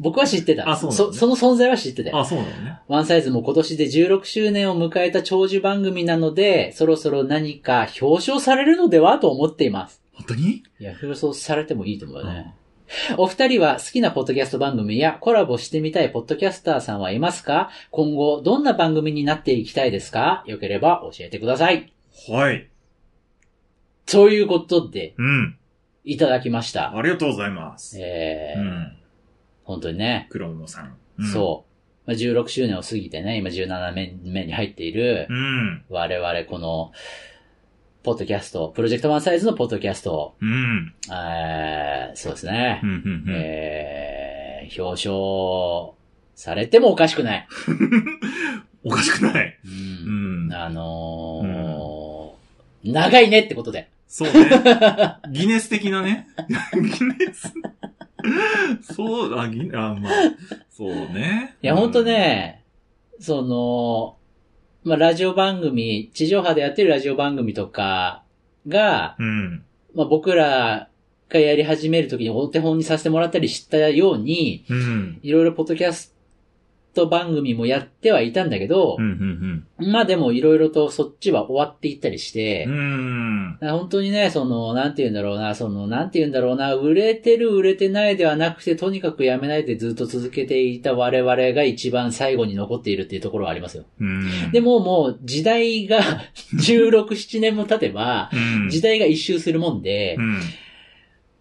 [SPEAKER 1] 僕は知ってた。
[SPEAKER 2] あそうなんだ
[SPEAKER 1] そその存在は知ってたよ。
[SPEAKER 2] あ、そうなのね。
[SPEAKER 1] ワンサイズも今年で16周年を迎えた長寿番組なので、そろそろ何か表彰されるのではと思っています。
[SPEAKER 2] 本当に
[SPEAKER 1] いや、表彰されてもいいと思うよね。お二人は好きなポッドキャスト番組やコラボしてみたいポッドキャスターさんはいますか今後どんな番組になっていきたいですかよければ教えてください。
[SPEAKER 2] はい。
[SPEAKER 1] ということで、
[SPEAKER 2] うん。
[SPEAKER 1] いただきました。
[SPEAKER 2] ありがとうございます。
[SPEAKER 1] え
[SPEAKER 2] う
[SPEAKER 1] ー
[SPEAKER 2] ん。
[SPEAKER 1] 本当にね、
[SPEAKER 2] 黒桃さん。うん
[SPEAKER 1] そう。まあ、16周年を過ぎてね、今17年目に入っている、
[SPEAKER 2] うん。
[SPEAKER 1] 我々この、ポッドキャスト、プロジェクトワンサイズのポッドキャスト、
[SPEAKER 2] うん。
[SPEAKER 1] えーそうですね
[SPEAKER 2] う。ん。うん。 <laughs>
[SPEAKER 1] えー表彰されてもおかしくない。
[SPEAKER 2] おかしくない。
[SPEAKER 1] う。
[SPEAKER 2] うんん。
[SPEAKER 1] あのー長いねってことで。
[SPEAKER 2] そうね。ギネス的なね。 <laughs> ギネス。そう、あ、ギネ、あ、まあ、そうね。
[SPEAKER 1] いや、ほんとね、その、まあ、ラジオ番組、地上波でやってるラジオ番組とかが、
[SPEAKER 2] うん。
[SPEAKER 1] まあ、僕らがやり始めるときにお手本にさせてもらったりしたように、
[SPEAKER 2] うん。うん。
[SPEAKER 1] いろいろポッドキャスト番組もやってはいたんだけど
[SPEAKER 2] う、ん。
[SPEAKER 1] まあでもいろいろとそっちは終わっていったりして、
[SPEAKER 2] うん。うん。
[SPEAKER 1] だから本当にね、その、なんて言うんだろうな、その、なんて言うんだろうな、売れてる売れてないではなくて、とにかくやめないでずっと続けていた我々が一番最後に残っているっていうところはありますよ。
[SPEAKER 2] うん
[SPEAKER 1] で、ももう時代が <laughs> 16、7年も経てば、
[SPEAKER 2] うん。
[SPEAKER 1] 時代が一周するもんで
[SPEAKER 2] う、ん。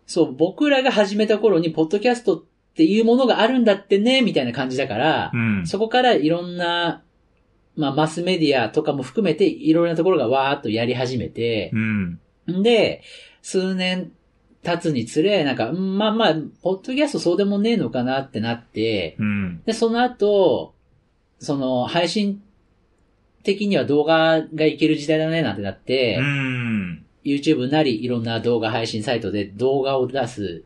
[SPEAKER 1] そう、僕らが始めた頃に、ポッドキャストっていうものがあるんだってね、みたいな感じだから
[SPEAKER 2] う、ん。
[SPEAKER 1] そこからいろんな、まあ、マスメディアとかも含めて、いろいろなところがわーっとやり始めて、
[SPEAKER 2] うん。
[SPEAKER 1] で、数年経つにつれ、なんか、うんまあまあ、ポッドキャストそうでもねえのかなってなって、
[SPEAKER 2] うん。
[SPEAKER 1] で、その後、その、配信的には動画がいける時代だねなんてなって、
[SPEAKER 2] うん。
[SPEAKER 1] YouTube なりいろんな動画配信サイトで動画を出す、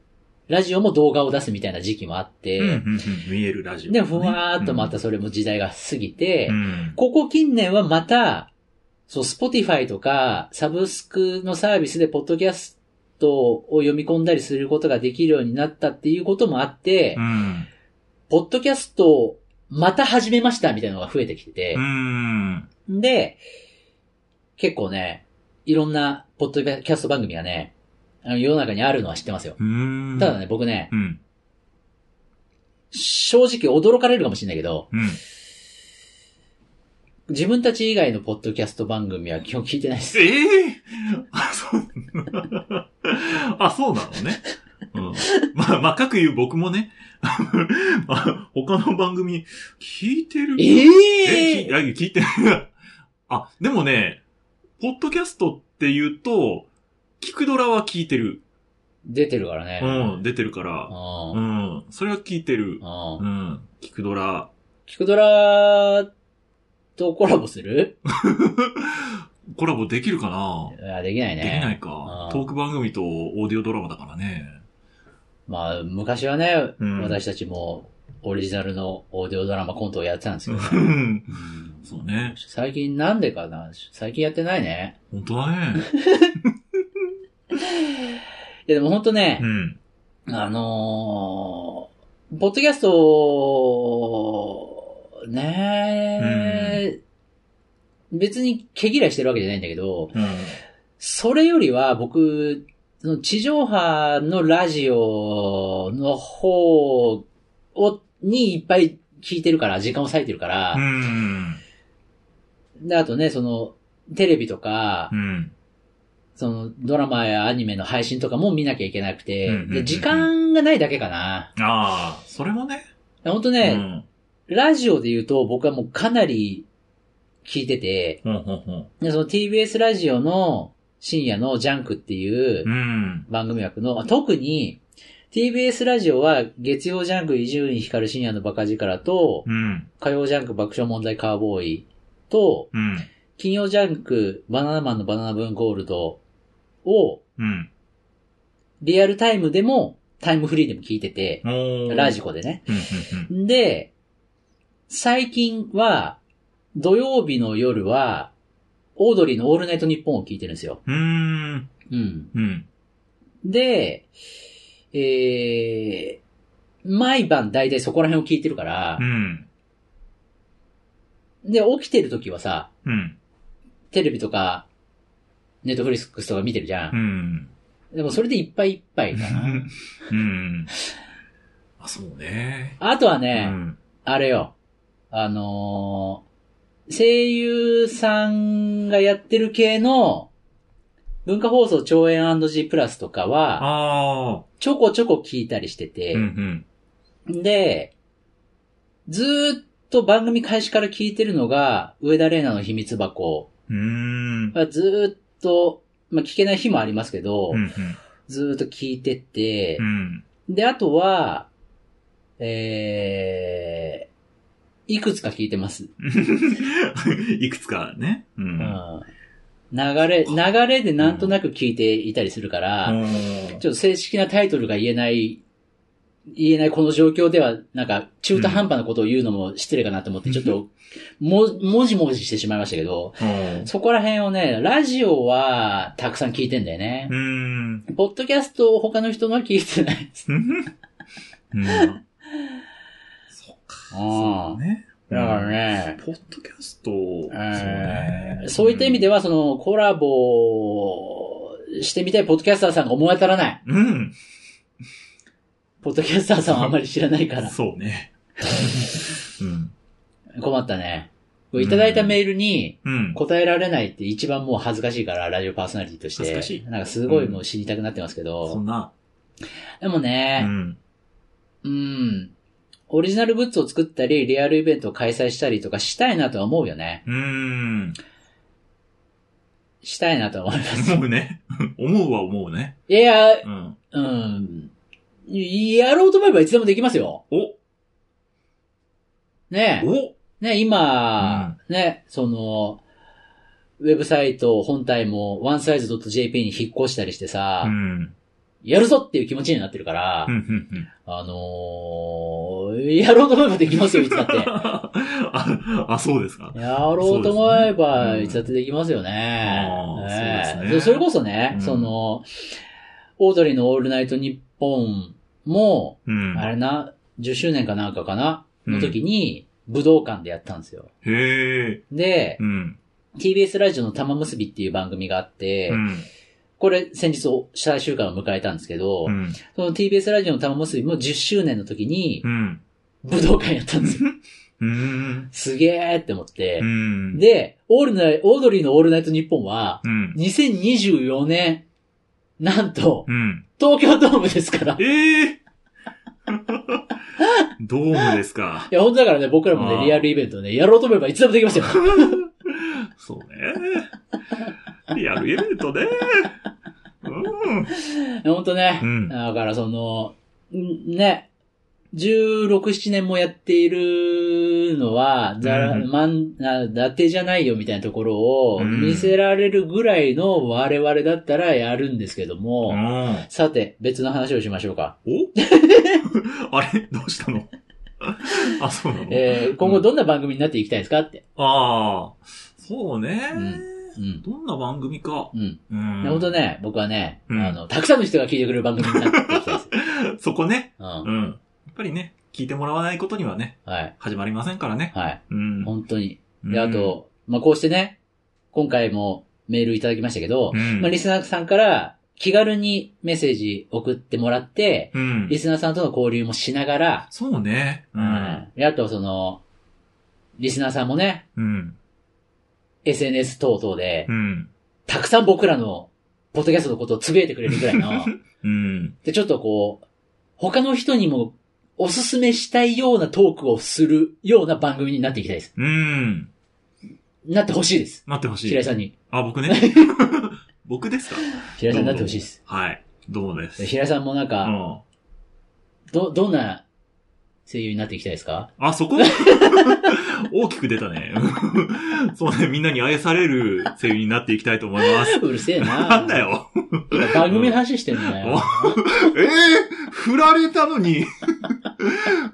[SPEAKER 1] ラジオも動画を出すみたいな時期もあって、
[SPEAKER 2] うんうん見えるラジオ。
[SPEAKER 1] で、ふわーっとまたそれも時代が過ぎて、
[SPEAKER 2] うん。
[SPEAKER 1] ここ近年はまた、そう、Spotify とか、サブスクのサービスで、ポッドキャストを読み込んだりすることができるようになったっていうこともあって、
[SPEAKER 2] うん。
[SPEAKER 1] ポッドキャストをまた始めましたみたいなのが増えてきてて
[SPEAKER 2] う、ん。
[SPEAKER 1] で、結構ね、いろんなポッドキャスト番組がね、あの世の中にあるのは知ってますよ。
[SPEAKER 2] うん。
[SPEAKER 1] ただね、僕ね、
[SPEAKER 2] うん。
[SPEAKER 1] 正直驚かれるかもしれないけど、
[SPEAKER 2] うん。
[SPEAKER 1] 自分たち以外のポッドキャスト番組は基本聞いてないです。
[SPEAKER 2] ええ <laughs> あ、そう。 <laughs> あ、そうなのね。うん。まあ、まあ、各言う僕もね、 <laughs> あ他の番組、聞いてる
[SPEAKER 1] え
[SPEAKER 2] え
[SPEAKER 1] え
[SPEAKER 2] 聞いあ聞いてる。 <laughs> あ、でもね、ポッドキャストって言うと、聞くドラは聞いてる。
[SPEAKER 1] 出てるからね。
[SPEAKER 2] うん、出てるから。
[SPEAKER 1] う。
[SPEAKER 2] うんん、それは聞いて
[SPEAKER 1] う。
[SPEAKER 2] る。うんん、聞くドラ。 <laughs>
[SPEAKER 1] キクドラとコラボする
[SPEAKER 2] コラボできるかない
[SPEAKER 1] や、できない
[SPEAKER 2] で
[SPEAKER 1] ね。
[SPEAKER 2] きない
[SPEAKER 1] あ
[SPEAKER 2] か
[SPEAKER 1] ー。
[SPEAKER 2] トーク番組とオーディオドラマだからね。
[SPEAKER 1] まあ、昔はね、
[SPEAKER 2] うん
[SPEAKER 1] 私たちもオリジナルのオーディオドラマコントをやってたんですけど、
[SPEAKER 2] うん
[SPEAKER 1] うん
[SPEAKER 2] そうね。
[SPEAKER 1] 最近なんでかな最近やってないね。
[SPEAKER 2] 本当だね。
[SPEAKER 1] <laughs> いや、でもほんと
[SPEAKER 2] う
[SPEAKER 1] ね、
[SPEAKER 2] ん。
[SPEAKER 1] あのー、ポッドキャスト、ね、別に毛嫌いしてるわけじゃないんだけど、
[SPEAKER 2] うん。
[SPEAKER 1] それよりは僕、その地上波のラジオの方を、にいっぱい聞いてるから、時間を割いてるから、
[SPEAKER 2] うん。
[SPEAKER 1] で、あとね、その、テレビとか、
[SPEAKER 2] うん。
[SPEAKER 1] その、ドラマやアニメの配信とかも見なきゃいけなくて、
[SPEAKER 2] うんうんうんうん
[SPEAKER 1] で、時間がないだけかな。
[SPEAKER 2] ああ、それもね。
[SPEAKER 1] ほんと
[SPEAKER 2] う
[SPEAKER 1] ね、
[SPEAKER 2] ん。
[SPEAKER 1] ラジオで言うと僕はもうかなり、聞いてて、
[SPEAKER 2] ほんほんほん。
[SPEAKER 1] でその TBS ラジオの深夜のジャンクっていう
[SPEAKER 2] うん。
[SPEAKER 1] 番組枠の、特に TBS ラジオは月曜ジャンク伊集院光る深夜のバカ力と、
[SPEAKER 2] うん。
[SPEAKER 1] 火曜ジャンク爆笑問題カーボーイと、
[SPEAKER 2] うん。
[SPEAKER 1] 金曜ジャンクバナナマンのバナナ分ゴールドを
[SPEAKER 2] うん。
[SPEAKER 1] リアルタイムでもタイムフリーでも聞いてて、
[SPEAKER 2] おー
[SPEAKER 1] ラジコでね。
[SPEAKER 2] うんうん
[SPEAKER 1] で、最近は土曜日の夜はオードリーのオールナイトニッポンを聞いてるんですよ。
[SPEAKER 2] うん。
[SPEAKER 1] う
[SPEAKER 2] うーん。
[SPEAKER 1] ん。
[SPEAKER 2] うん。
[SPEAKER 1] で、えー、毎晩大体そこら辺を聞いてるから
[SPEAKER 2] う、ん。
[SPEAKER 1] で、起きてる時はさ、
[SPEAKER 2] うん。
[SPEAKER 1] テレビとか、ネットフリックスとか見てるじゃ。
[SPEAKER 2] うんん。
[SPEAKER 1] でもそれでいっぱいいっぱ
[SPEAKER 2] <laughs>
[SPEAKER 1] いかな。 <laughs>
[SPEAKER 2] うん。あ、そうね。
[SPEAKER 1] あとは
[SPEAKER 2] う
[SPEAKER 1] ね、
[SPEAKER 2] ん。
[SPEAKER 1] あれよ、あのー声優さんがやってる系の、文化放送超円 &G プラスとかは、
[SPEAKER 2] ああ。
[SPEAKER 1] ちょこちょこ聞いたりしてて、
[SPEAKER 2] うんうん。
[SPEAKER 1] で、ずーっと番組開始から聞いてるのが、上田玲奈の秘密箱。
[SPEAKER 2] うーん。
[SPEAKER 1] ずーっと、まあ、聞けない日もありますけど、
[SPEAKER 2] うん
[SPEAKER 1] ずーっと聞いてて
[SPEAKER 2] う、ん。
[SPEAKER 1] で、あとは、えー、いくつか聞いてます。
[SPEAKER 2] うん。いくつかね。う。
[SPEAKER 1] うんん。流れ、流れでなんとなく聞いていたりするから、
[SPEAKER 2] おー
[SPEAKER 1] ちょっと正式なタイトルが言えない、言えないこの状況では、なんか、中途半端なことを言うのも失礼かなと思って、
[SPEAKER 2] うん
[SPEAKER 1] ちょっと、も、もじもじしてしまいましたけど、
[SPEAKER 2] おー
[SPEAKER 1] そこら辺をね、ラジオはたくさん聞いてんだよね
[SPEAKER 2] う。ん。
[SPEAKER 1] ポッドキャストを他の人のは聞いてないです。
[SPEAKER 2] うん。うん <laughs> そっか。
[SPEAKER 1] うん。
[SPEAKER 2] ね。
[SPEAKER 1] だからね、
[SPEAKER 2] ポッドキャスト、
[SPEAKER 1] えーそういった意味で
[SPEAKER 2] は。
[SPEAKER 1] は、その、コラボしてみたいポッドキャスターさんが思い当たらない。
[SPEAKER 2] うん。
[SPEAKER 1] ポッドキャスターさんはあんまり知らないから。
[SPEAKER 2] そうね。うん。
[SPEAKER 1] 困ったね。いただいたメールに、
[SPEAKER 2] うん。
[SPEAKER 1] 答えられないって一番もう恥ずかしいから、ラジオパーソナリティとして。
[SPEAKER 2] 恥ずかしい
[SPEAKER 1] なんかすごいもう死にたくなってますけ
[SPEAKER 2] そ
[SPEAKER 1] ど。
[SPEAKER 2] んな。
[SPEAKER 1] でも
[SPEAKER 2] う
[SPEAKER 1] ね、
[SPEAKER 2] ん。
[SPEAKER 1] うん、オリジナルグッズを作ったり、リアルイベントを開催したりとかしたいなとは思うよね。
[SPEAKER 2] うん。
[SPEAKER 1] したいなとは思います。
[SPEAKER 2] 思うね。思うは思うね。
[SPEAKER 1] <laughs> いや、
[SPEAKER 2] うん。
[SPEAKER 1] うん。やろうと思えばいつでもできますよ。
[SPEAKER 2] おお
[SPEAKER 1] ねね、今、ね、その、ウェブサイト本体も onesize.jp に引っ越したりしてさ、
[SPEAKER 2] うん。
[SPEAKER 1] やるぞっていう気持ちになってるから、
[SPEAKER 2] うんうんうん。
[SPEAKER 1] あのー、やろうと思えばできますよ、いつだって。
[SPEAKER 2] <laughs> あ、あそうですか。
[SPEAKER 1] やろうと思え
[SPEAKER 2] そうです
[SPEAKER 1] ば、
[SPEAKER 2] ねうん
[SPEAKER 1] いつだってできますよね。
[SPEAKER 2] あーそうです
[SPEAKER 1] ね
[SPEAKER 2] ね
[SPEAKER 1] えそれこそね、
[SPEAKER 2] うん
[SPEAKER 1] その、オードリーのオールナイトニッポンも、
[SPEAKER 2] うん。
[SPEAKER 1] あれな、10周年かなんかかな
[SPEAKER 2] うん
[SPEAKER 1] の時に、武道館でやったんですよ。
[SPEAKER 2] へえ。
[SPEAKER 1] で
[SPEAKER 2] う、ん。
[SPEAKER 1] TBS ラジオの玉結びっていう番組があって
[SPEAKER 2] う、ん。
[SPEAKER 1] これ先日最終回を迎えたんですけど
[SPEAKER 2] う、ん。
[SPEAKER 1] その TBS ラジオの玉結びも10周年の時に
[SPEAKER 2] う、ん。
[SPEAKER 1] 武道館やったんですよ
[SPEAKER 2] <laughs> うん。
[SPEAKER 1] すげーって思って
[SPEAKER 2] う。ん。
[SPEAKER 1] で、オールナイオードリーのオールナイトニッポンは、
[SPEAKER 2] うん。
[SPEAKER 1] 2024年、なんと、
[SPEAKER 2] うん。
[SPEAKER 1] 東京ドームですから。い
[SPEAKER 2] ええドームですか。
[SPEAKER 1] や、本当だからね、僕らも
[SPEAKER 2] あー
[SPEAKER 1] ね、リアルイベントね、やろうと思えばいつでもでき
[SPEAKER 2] <laughs>
[SPEAKER 1] ますよ。
[SPEAKER 2] そうね。リアルイベントね。うん。
[SPEAKER 1] 本当ね
[SPEAKER 2] う。ん。
[SPEAKER 1] だから、その、んね、16、7年もやっているのは、だら、
[SPEAKER 2] うん
[SPEAKER 1] まん、な、だてじゃないよみたいなところを
[SPEAKER 2] うん
[SPEAKER 1] 見せられるぐらいの我々だったらやるんですけども、
[SPEAKER 2] うん
[SPEAKER 1] さて、別の話をしましょうか。
[SPEAKER 2] おあれどうしたのあ、そうなの、
[SPEAKER 1] えー今後どんな番組になっていきたいですかって。
[SPEAKER 2] ああ、そうね、
[SPEAKER 1] うん。
[SPEAKER 2] どんな番組か。
[SPEAKER 1] うん。
[SPEAKER 2] うん。
[SPEAKER 1] 本当。ね、僕はね、
[SPEAKER 2] うん
[SPEAKER 1] あの、たくさんの人が聞いてくれる番組になっていきたいです。
[SPEAKER 2] そこね。
[SPEAKER 1] う。
[SPEAKER 2] うんん。やっぱりね、聞いてもらわないことにはね、
[SPEAKER 1] はい。
[SPEAKER 2] 始まりませんからね。
[SPEAKER 1] はい。
[SPEAKER 2] うん。
[SPEAKER 1] 本当に。
[SPEAKER 2] うん
[SPEAKER 1] で、あ、と、まあ、こうしてね、今回もメールいただきましたけど
[SPEAKER 2] う、ん。
[SPEAKER 1] まあ、リスナーさんから気軽にメッセージ送ってもらって、
[SPEAKER 2] うん
[SPEAKER 1] リ。スナーさんとの交流もしながら、
[SPEAKER 2] そうね。う。
[SPEAKER 1] うんん。で、あと、その、リスナーさんもね、
[SPEAKER 2] うん。
[SPEAKER 1] SNS 等々で
[SPEAKER 2] う、ん。
[SPEAKER 1] たくさん僕らの、ポッドキャストのことをつぶやいてくれるぐらい
[SPEAKER 2] <laughs>
[SPEAKER 1] の、
[SPEAKER 2] うん。
[SPEAKER 1] で、ちょっとこう、他の人にもおすすめしたいようなトークをするような番組になっていきたいです。
[SPEAKER 2] うん。
[SPEAKER 1] なってほしいです。
[SPEAKER 2] なってほしい。
[SPEAKER 1] 平井さんに。<laughs>
[SPEAKER 2] あ、僕ね。僕ですか
[SPEAKER 1] 平井さんになってほしいです。
[SPEAKER 2] はい。どうもです。
[SPEAKER 1] 平井さんもなん
[SPEAKER 2] う
[SPEAKER 1] か、
[SPEAKER 2] ん。
[SPEAKER 1] ど、どんな声優になっていきたいですか
[SPEAKER 2] あ、そこ <laughs> 大きく出たね。 <laughs> そうね、みんなに愛される声優になっていきたいと思います。
[SPEAKER 1] うるせえな。
[SPEAKER 2] なんだ。よ。
[SPEAKER 1] 今番組の話してんだよ。
[SPEAKER 2] <laughs> えー、振られたのに。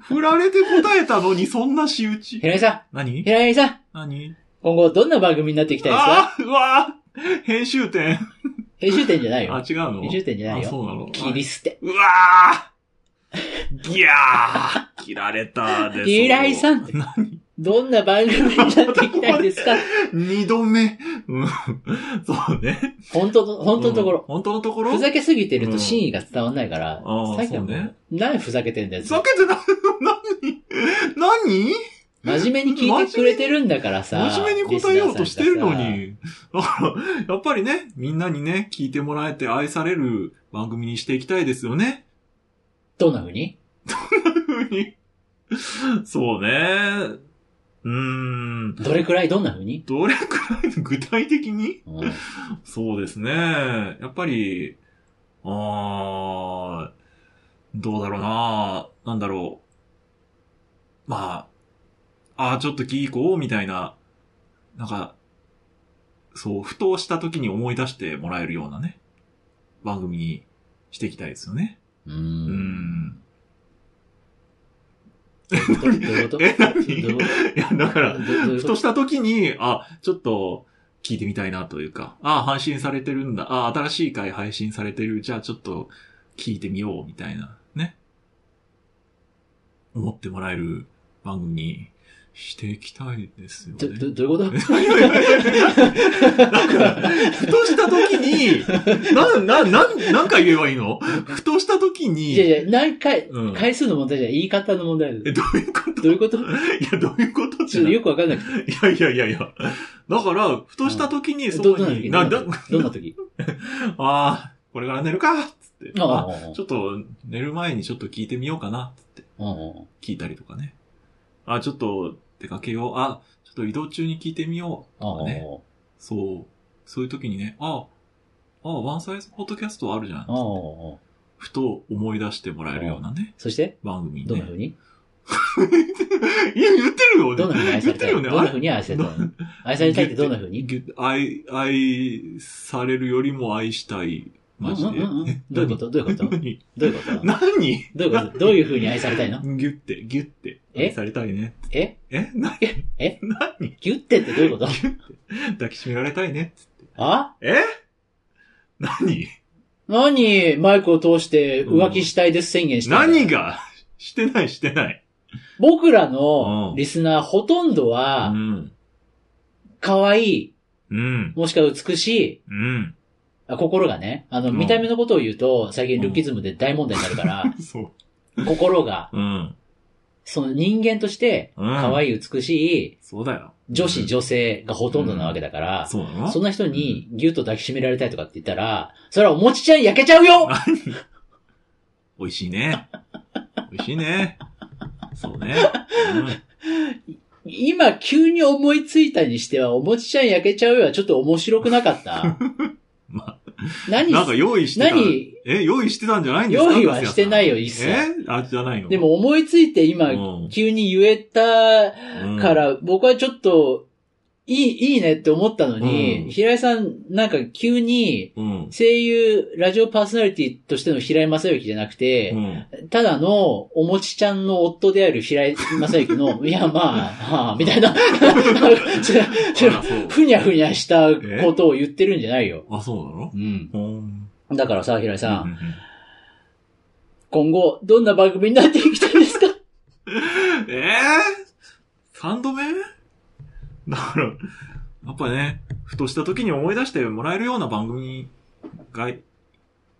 [SPEAKER 2] 振られて答えたのに、そんな仕打ち。
[SPEAKER 1] 平井さん
[SPEAKER 2] 何
[SPEAKER 1] 平井さん
[SPEAKER 2] 何
[SPEAKER 1] 今後どんな番組になっていきたいですか
[SPEAKER 2] あーうわー編集点。
[SPEAKER 1] 編集点じゃない
[SPEAKER 2] あ
[SPEAKER 1] よ。、
[SPEAKER 2] 違うの
[SPEAKER 1] 編集点じゃない
[SPEAKER 2] あ、
[SPEAKER 1] よ。
[SPEAKER 2] そうなの
[SPEAKER 1] 切り捨て。
[SPEAKER 2] うわーギャー切られたです。
[SPEAKER 1] <laughs> 平井さんって
[SPEAKER 2] 何
[SPEAKER 1] どんな番組になっていきたい
[SPEAKER 2] <laughs>
[SPEAKER 1] ですか
[SPEAKER 2] 二度目。うん。そうね。
[SPEAKER 1] 本当の、本当のとこ
[SPEAKER 2] うん
[SPEAKER 1] ろ。
[SPEAKER 2] 本当のところ
[SPEAKER 1] ふざけすぎてる
[SPEAKER 2] う
[SPEAKER 1] と
[SPEAKER 2] ん
[SPEAKER 1] 真意が伝わんないから
[SPEAKER 2] あー、
[SPEAKER 1] さっきはも
[SPEAKER 2] そうね
[SPEAKER 1] う、何ふざけてんだよ
[SPEAKER 2] ふ。ざけてない何
[SPEAKER 1] 真面目に聞いてくれてるんだからさ。
[SPEAKER 2] 何真面目に答えようとしてるの
[SPEAKER 1] リ
[SPEAKER 2] に。だからやっぱりね、みんなにね、聞いてもらえて愛される番組にしていきたいですよね。
[SPEAKER 1] スナーさんがさ。どんな風に
[SPEAKER 2] ふうに。そうね。うーん。
[SPEAKER 1] どれくらいどんな風に
[SPEAKER 2] どれくらいの具体的に
[SPEAKER 1] うん
[SPEAKER 2] そうですね。やっぱり、あーどうだろうななんだろう。まあ、あーちょっと聞こう、みたいな、なんか、そう、ふとした時に思い出してもらえるようなね、番組にしていきたいですよね。
[SPEAKER 1] う
[SPEAKER 2] うー
[SPEAKER 1] ん。
[SPEAKER 2] ん。
[SPEAKER 1] どういうことどうい
[SPEAKER 2] え
[SPEAKER 1] うこ
[SPEAKER 2] 何
[SPEAKER 1] とどういうこと
[SPEAKER 2] いや、だから、
[SPEAKER 1] どどういう
[SPEAKER 2] ふ
[SPEAKER 1] こと
[SPEAKER 2] した時に、あ、ちょっと聞いてみたいなというか、あ、配信されてるんだ、あ、新しい回配信されてる、じゃあちょっと聞いてみよう、みたいな、ね。思ってもらえる番組にしていきたいですよ
[SPEAKER 1] と
[SPEAKER 2] ね。
[SPEAKER 1] どどういうこと
[SPEAKER 2] いやいやいやいやなんか、ふとした時に、な、な、な、なんか言えばいいのふとした時
[SPEAKER 1] <laughs> いやい
[SPEAKER 2] に、
[SPEAKER 1] や、何回、
[SPEAKER 2] うん
[SPEAKER 1] 回数の問題じゃない言い方の問題
[SPEAKER 2] え、
[SPEAKER 1] です。
[SPEAKER 2] どういうこと
[SPEAKER 1] どういうこと
[SPEAKER 2] いや、どういうこと
[SPEAKER 1] ちょっとよくわかんなくて。
[SPEAKER 2] いやいやいやいや。だから、ふとした時に、そ
[SPEAKER 1] ど
[SPEAKER 2] こ
[SPEAKER 1] どんな
[SPEAKER 2] に、
[SPEAKER 1] 時
[SPEAKER 2] な、だ、 <laughs>
[SPEAKER 1] どんな時
[SPEAKER 2] ああ、これから寝るかっつって。
[SPEAKER 1] ああ
[SPEAKER 2] あ、ちょっと、寝る前にちょっと聞いてみようかなっつって。
[SPEAKER 1] うん
[SPEAKER 2] 聞いたりとかね。あ、ちょっと、出かけよう。あ、ちょっと移動中に聞いてみよう。
[SPEAKER 1] うん
[SPEAKER 2] ねそう。そういう時にね、あ、あ、ワンサイズポッドキャストあるじゃん
[SPEAKER 1] う。んうん
[SPEAKER 2] ふと思い出してもらえるようなね、
[SPEAKER 1] そして、
[SPEAKER 2] 番組
[SPEAKER 1] どんな
[SPEAKER 2] ね。
[SPEAKER 1] 風に
[SPEAKER 2] <laughs> いや、言ってるよね。
[SPEAKER 1] どんな風に愛されたい
[SPEAKER 2] 言
[SPEAKER 1] ど
[SPEAKER 2] って
[SPEAKER 1] んな
[SPEAKER 2] るよね。あ
[SPEAKER 1] 風に愛されたい
[SPEAKER 2] どん
[SPEAKER 1] 愛されたいってどんな風に
[SPEAKER 2] ぎゅ愛、愛されるよりも愛したい。マジで。
[SPEAKER 1] うんうんうんどういうことどういうこと
[SPEAKER 2] 何
[SPEAKER 1] どういうこと
[SPEAKER 2] 何
[SPEAKER 1] どういうことどういう風に愛されたいの
[SPEAKER 2] ギュって、ギュって。
[SPEAKER 1] え
[SPEAKER 2] 愛されたいね。
[SPEAKER 1] え
[SPEAKER 2] え何
[SPEAKER 1] ギュッてってどういうこと
[SPEAKER 2] 抱きしめられたいね。
[SPEAKER 1] あ
[SPEAKER 2] え何
[SPEAKER 1] 何マイクを通して浮気したいです宣言してんの
[SPEAKER 2] 何がしてない、してない。
[SPEAKER 1] 僕ら
[SPEAKER 2] う
[SPEAKER 1] の
[SPEAKER 2] ん
[SPEAKER 1] リスナーほとんど
[SPEAKER 2] う
[SPEAKER 1] は、
[SPEAKER 2] ん。
[SPEAKER 1] 可愛い、
[SPEAKER 2] うん。
[SPEAKER 1] もしくは美しい、
[SPEAKER 2] うん。
[SPEAKER 1] あ心がね、あの、
[SPEAKER 2] うん
[SPEAKER 1] 見た目のことを言うと、最近ルッキズムで大問題になる
[SPEAKER 2] <laughs>
[SPEAKER 1] から、
[SPEAKER 2] そ
[SPEAKER 1] 心が、
[SPEAKER 2] う。うん。
[SPEAKER 1] その人間として、
[SPEAKER 2] うん。
[SPEAKER 1] 可
[SPEAKER 2] い。
[SPEAKER 1] 愛い、美しい、
[SPEAKER 2] そうだよ。
[SPEAKER 1] 女子、
[SPEAKER 2] うん
[SPEAKER 1] 女性がほとんどなわけだから、
[SPEAKER 2] そうなの
[SPEAKER 1] そんな人にギュッと抱きしめられたいとかって言ったら、それはお餅ちゃん焼けちゃう
[SPEAKER 2] <laughs>
[SPEAKER 1] よ
[SPEAKER 2] 美味しいね。美味しいね。そうね。
[SPEAKER 1] 今急に思いついたにしては、お餅ちゃん焼けちゃうよはちょっと面白くなかった。
[SPEAKER 2] <laughs> まう
[SPEAKER 1] 何
[SPEAKER 2] ん。なんか用意してた。
[SPEAKER 1] 何
[SPEAKER 2] え、用意してたんじゃないんですか
[SPEAKER 1] 用意はしてないよ一
[SPEAKER 2] 一
[SPEAKER 1] 切
[SPEAKER 2] えあ、じゃないの
[SPEAKER 1] で、も思いついて今、
[SPEAKER 2] うん
[SPEAKER 1] 急に言えた
[SPEAKER 2] うん
[SPEAKER 1] から、僕はちょっと、いい、いいねって思ったのに、
[SPEAKER 2] うん
[SPEAKER 1] 平井さん、なんか急に、
[SPEAKER 2] うん。
[SPEAKER 1] 声優、ラジオパーソナリティとしての平井正幸じゃなくて
[SPEAKER 2] う、ん。
[SPEAKER 1] ただの、おもちちゃんの夫である平井正幸
[SPEAKER 2] <laughs>
[SPEAKER 1] の、いや、まあ、はあ、みたいな、ちょ <laughs> ちょ
[SPEAKER 2] あらそう
[SPEAKER 1] ふにゃふにゃしたことを言ってるんじゃないよ。
[SPEAKER 2] あ、そうなの
[SPEAKER 1] うん。
[SPEAKER 2] うん。
[SPEAKER 1] だからさ、平井さ、
[SPEAKER 2] うんん
[SPEAKER 1] 今後、どんな番組になっていきたいですか
[SPEAKER 2] <laughs> ええ三度目だから、やっぱね、ふとした時に思い出してもらえるような番組がい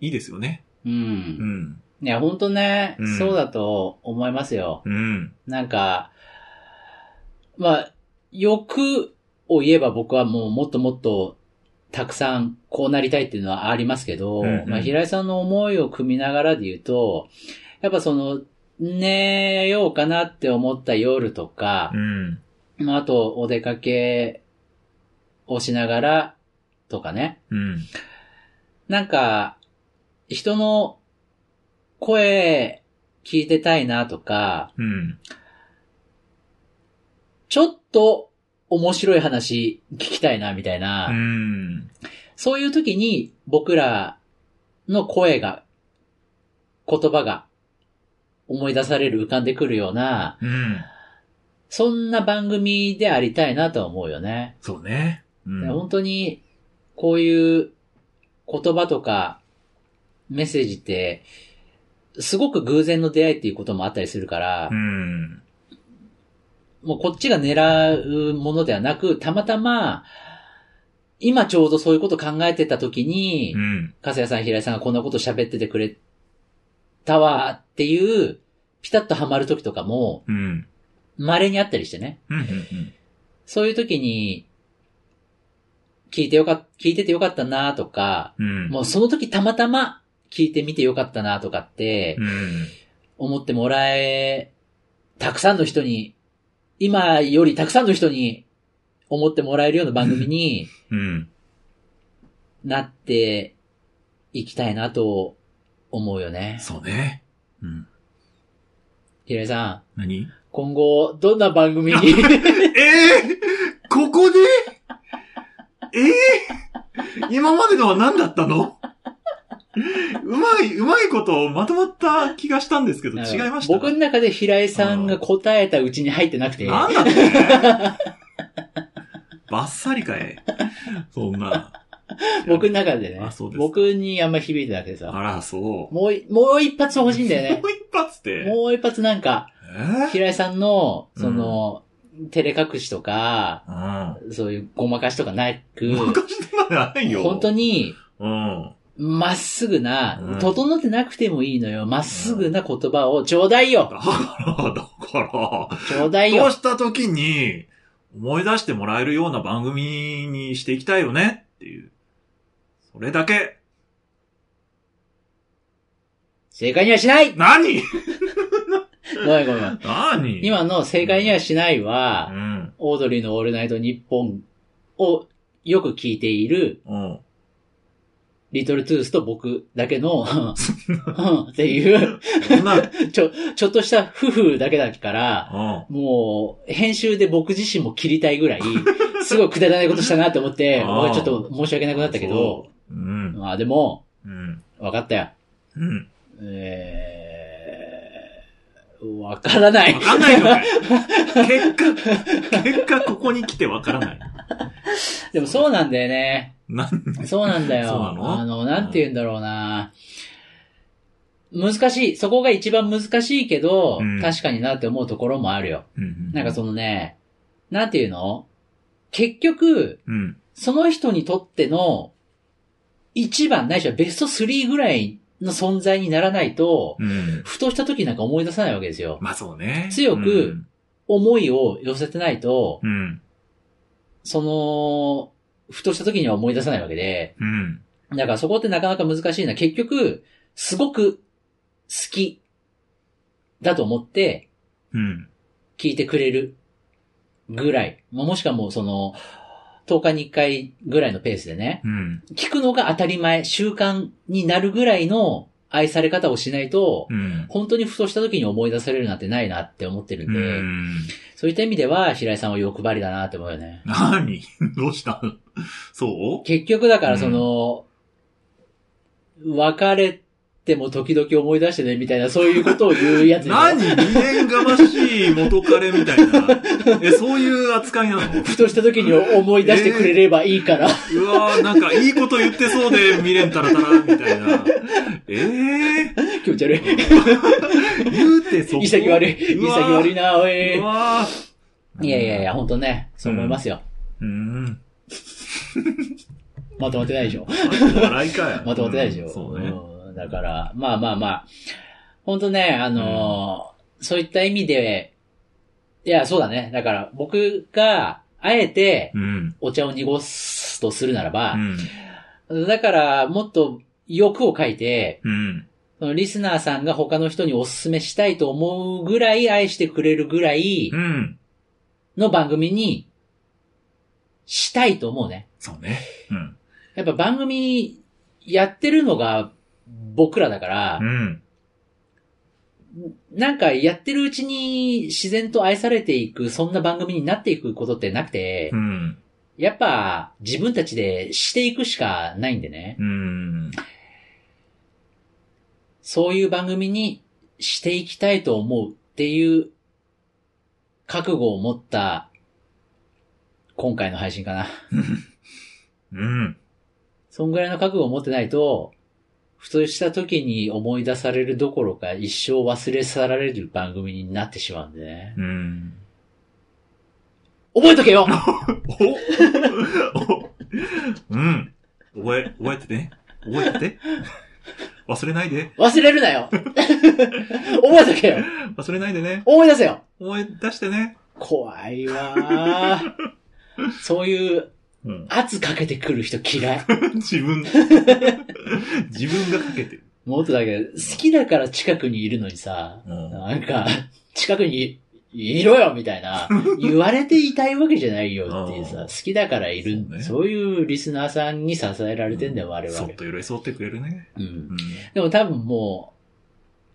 [SPEAKER 2] いですよね。
[SPEAKER 1] う。
[SPEAKER 2] うんん。
[SPEAKER 1] いや、ほんとね、
[SPEAKER 2] うん
[SPEAKER 1] そうだと思いますよ。
[SPEAKER 2] うん。
[SPEAKER 1] なんか、まあ、欲を言えば僕はもうもっともっとたくさんこうなりたいっていうのはありますけど、
[SPEAKER 2] うんうん
[SPEAKER 1] まあ、平井さんの思いを組みながらで言うと、やっぱその、寝ようかなって思った夜とか
[SPEAKER 2] う、ん。
[SPEAKER 1] まあ、あとお出かけをしながら、とかね。
[SPEAKER 2] うん。
[SPEAKER 1] なんか、人の声聞いてたいなとか、
[SPEAKER 2] うん。
[SPEAKER 1] ちょっと面白い話聞きたいなみたいな、
[SPEAKER 2] うん。
[SPEAKER 1] そういう時に僕らの声が、言葉が思い出される、浮かんでくるような、
[SPEAKER 2] うん。
[SPEAKER 1] そんな番組でありたいなとは思うよね。
[SPEAKER 2] そうね。うん。
[SPEAKER 1] 本当に、こういう言葉とかメッセージって、すごく偶然の出会いっていうこともあったりするから、
[SPEAKER 2] うん。
[SPEAKER 1] もうこっちが狙うものではなく、たまたま、今ちょうどそういうこと考えてた時に、
[SPEAKER 2] うん。
[SPEAKER 1] かすやさん、平井さんがこんなこと喋っててくれたわっていう、ピタッとハマる時とかも、
[SPEAKER 2] うん。
[SPEAKER 1] 稀にあったりしてね。
[SPEAKER 2] うん。うん。
[SPEAKER 1] そういう時に、聞いてよかっ、聞いててよかったなとか、
[SPEAKER 2] うん。
[SPEAKER 1] もうその時たまたま聞いてみてよかったなとかって
[SPEAKER 2] う、ん。
[SPEAKER 1] 思ってもらえ、たくさんの人に、今よりたくさんの人に思ってもらえるような番組
[SPEAKER 2] <laughs>
[SPEAKER 1] に
[SPEAKER 2] うん。
[SPEAKER 1] なっていきたいなと思うよね。
[SPEAKER 2] そうね。うん。
[SPEAKER 1] 平井さん、
[SPEAKER 2] 何
[SPEAKER 1] 今後どんな番組に
[SPEAKER 2] ええここでええ今までのは何だったのうまい、うまいことまとまった気がしたんですけど、違いまし
[SPEAKER 1] <laughs>
[SPEAKER 2] た
[SPEAKER 1] 僕の中で平井さんが答えたうちに入ってなくて、
[SPEAKER 2] なんだってバッサリかい。そんな。
[SPEAKER 1] 僕の中でね
[SPEAKER 2] あそうです、か
[SPEAKER 1] 僕にあんま響いてなくてさ、
[SPEAKER 2] あら、そう。
[SPEAKER 1] もうい、もう一発欲しいんだよ
[SPEAKER 2] <laughs>
[SPEAKER 1] ね
[SPEAKER 2] も。う一発って。
[SPEAKER 1] もう一発なんか、
[SPEAKER 2] え
[SPEAKER 1] 平井さんの、その、照れ隠しとか、
[SPEAKER 2] ー、
[SPEAKER 1] そういうごまかしとかなく
[SPEAKER 2] う、ん。昔ではないよ。
[SPEAKER 1] 本当
[SPEAKER 2] に。
[SPEAKER 1] に、
[SPEAKER 2] うん。
[SPEAKER 1] まっすぐ
[SPEAKER 2] う
[SPEAKER 1] な、
[SPEAKER 2] ん
[SPEAKER 1] 整ってなくてもいいのよ。まっすぐな言葉をちょうだい
[SPEAKER 2] だ
[SPEAKER 1] よ
[SPEAKER 2] から、だから、
[SPEAKER 1] ちょうだい
[SPEAKER 2] そう
[SPEAKER 1] よ
[SPEAKER 2] した時に、思い出してもらえるような番組にしていきたいよねっていう。それだけ。
[SPEAKER 1] 正解にはしない
[SPEAKER 2] 何
[SPEAKER 1] ごめんごめん。
[SPEAKER 2] 何、
[SPEAKER 1] 今の正解にはしないうは、
[SPEAKER 2] ん。
[SPEAKER 1] オードリーのオールナイトニッポンをよく聞いている、
[SPEAKER 2] うん。
[SPEAKER 1] リトルトゥースと僕だけの、うん <laughs> っていう、
[SPEAKER 2] そんな、うん。
[SPEAKER 1] ちょ、ちょっとした夫婦だけだから、もう、編集で僕自身も切りたいぐら
[SPEAKER 2] <laughs>
[SPEAKER 1] い、すごいくだらないことしたなと思って、
[SPEAKER 2] あー
[SPEAKER 1] 僕はちょっと申し訳なくなったけど、
[SPEAKER 2] うん。
[SPEAKER 1] まあでも、
[SPEAKER 2] うん。
[SPEAKER 1] 分かったよ。
[SPEAKER 2] うん。
[SPEAKER 1] えー、わからない。
[SPEAKER 2] わかんないのかい結果、結果ここに来てわからない。
[SPEAKER 1] <laughs> でもそうなんだよね。
[SPEAKER 2] なん、
[SPEAKER 1] そうなんだよ。
[SPEAKER 2] そうなの
[SPEAKER 1] あの、なんて言うんだろうな。難しい。そこが一番難しいけど、
[SPEAKER 2] うん
[SPEAKER 1] 確かになって思うところもあるよ。
[SPEAKER 2] うん
[SPEAKER 1] なんかそのね、なんて言うの結局、
[SPEAKER 2] うん。
[SPEAKER 1] その人にとっての一番ないしはベスト3ぐらいの存在にならないと、
[SPEAKER 2] うん。
[SPEAKER 1] ふとした時なんか思い出さないわけですよ。
[SPEAKER 2] まあそうね。
[SPEAKER 1] 強く思いを寄せてないと、
[SPEAKER 2] うん。
[SPEAKER 1] その、ふとした時には思い出さないわけで、
[SPEAKER 2] うん。うん。
[SPEAKER 1] だからそこってなかなか難しいな。結局、すごく好きだと思って
[SPEAKER 2] うん。
[SPEAKER 1] 聞いてくれるぐらい。もしかもうその、10日に1回ぐらいのペースでね、
[SPEAKER 2] うん。
[SPEAKER 1] 聞くのが当たり前、習慣になるぐらいの愛され方をしないと、
[SPEAKER 2] うん。
[SPEAKER 1] 本当にふとした時に思い出されるなんてないなって思ってるん
[SPEAKER 2] う
[SPEAKER 1] で、
[SPEAKER 2] ん。
[SPEAKER 1] そういった意味では平井さんは欲張りだなって思うよね。
[SPEAKER 2] 何 <laughs> どうしたそう
[SPEAKER 1] 結局だからその、別れても時々思い出してねみたいなそういうことを言うやつでしょ
[SPEAKER 2] <laughs> 何未練がましい元彼みたいな。え、そういう扱いなの
[SPEAKER 1] ふとした時に思い出してくれればいいから、
[SPEAKER 2] うわーなんかいいこと言ってそうで未練たらたらみたいな。ええ
[SPEAKER 1] 気持ち悪い。
[SPEAKER 2] ー、言うてそこ
[SPEAKER 1] 潔悪い。潔悪いな、おい。
[SPEAKER 2] う
[SPEAKER 1] い
[SPEAKER 2] わー
[SPEAKER 1] やいやい。や、ほんとね、そう思いますよ。
[SPEAKER 2] うん。
[SPEAKER 1] まとまってないでしょ。
[SPEAKER 2] 笑いかい。
[SPEAKER 1] <laughs> まとまってないでしょ。
[SPEAKER 2] うんそうね。
[SPEAKER 1] うんだから、まあまあまあ、本当ね、あのーそういった意味で、いや、そうだね。だから、僕が、あえて、
[SPEAKER 2] うん。
[SPEAKER 1] お茶を濁すとするなら
[SPEAKER 2] う
[SPEAKER 1] ば、
[SPEAKER 2] ん。
[SPEAKER 1] だから、もっと欲を書いて、
[SPEAKER 2] うん。
[SPEAKER 1] そのリスナーさんが他の人にお勧めしたいと思うぐらい愛してくれるぐらい
[SPEAKER 2] うん。
[SPEAKER 1] の番組にしたいと思うね。
[SPEAKER 2] そうね。うん。
[SPEAKER 1] やっぱ番組やってるのが僕らだから
[SPEAKER 2] う、ん。
[SPEAKER 1] なんかやってるうちに自然と愛されていく、そんな番組になっていくことってなくて
[SPEAKER 2] う、ん。
[SPEAKER 1] やっぱ自分たちでしていくしかないんでね。
[SPEAKER 2] うん。
[SPEAKER 1] そういう番組にしていきたいと思うっていう覚悟を持った今回の配信かな。
[SPEAKER 2] うん。
[SPEAKER 1] そんぐらいの覚悟を持ってないと、ふとした時に思い出されるどころか一生忘れ去られる番組になってしまうんでね。
[SPEAKER 2] うん。
[SPEAKER 1] 覚えとけよ
[SPEAKER 2] おおうん。覚え、覚えてて。覚えてて。忘れないで。
[SPEAKER 1] 忘れるなよ <laughs> 覚えとけよ
[SPEAKER 2] 忘れないでね。
[SPEAKER 1] 思い出せよ
[SPEAKER 2] 思い出してね。
[SPEAKER 1] 怖いわー。そういう
[SPEAKER 2] うん。
[SPEAKER 1] 圧かけてくる人嫌い。
[SPEAKER 2] 自分。 <laughs> 自分がかけてる。
[SPEAKER 1] もっとだけど、好きだから近くにいるのにさ、
[SPEAKER 2] うん。
[SPEAKER 1] なんか、近くにいろよみたいな、言われていたいわけじゃないよっていう
[SPEAKER 2] う <laughs>
[SPEAKER 1] さ、
[SPEAKER 2] ん
[SPEAKER 1] 好きだからいる
[SPEAKER 2] そう、ね
[SPEAKER 1] そういうリスナーさんに支えられてんだよ、我
[SPEAKER 2] そ
[SPEAKER 1] 々
[SPEAKER 2] っ。と寄り添ってくれるね。
[SPEAKER 1] うん
[SPEAKER 2] う。ん。
[SPEAKER 1] でも多分も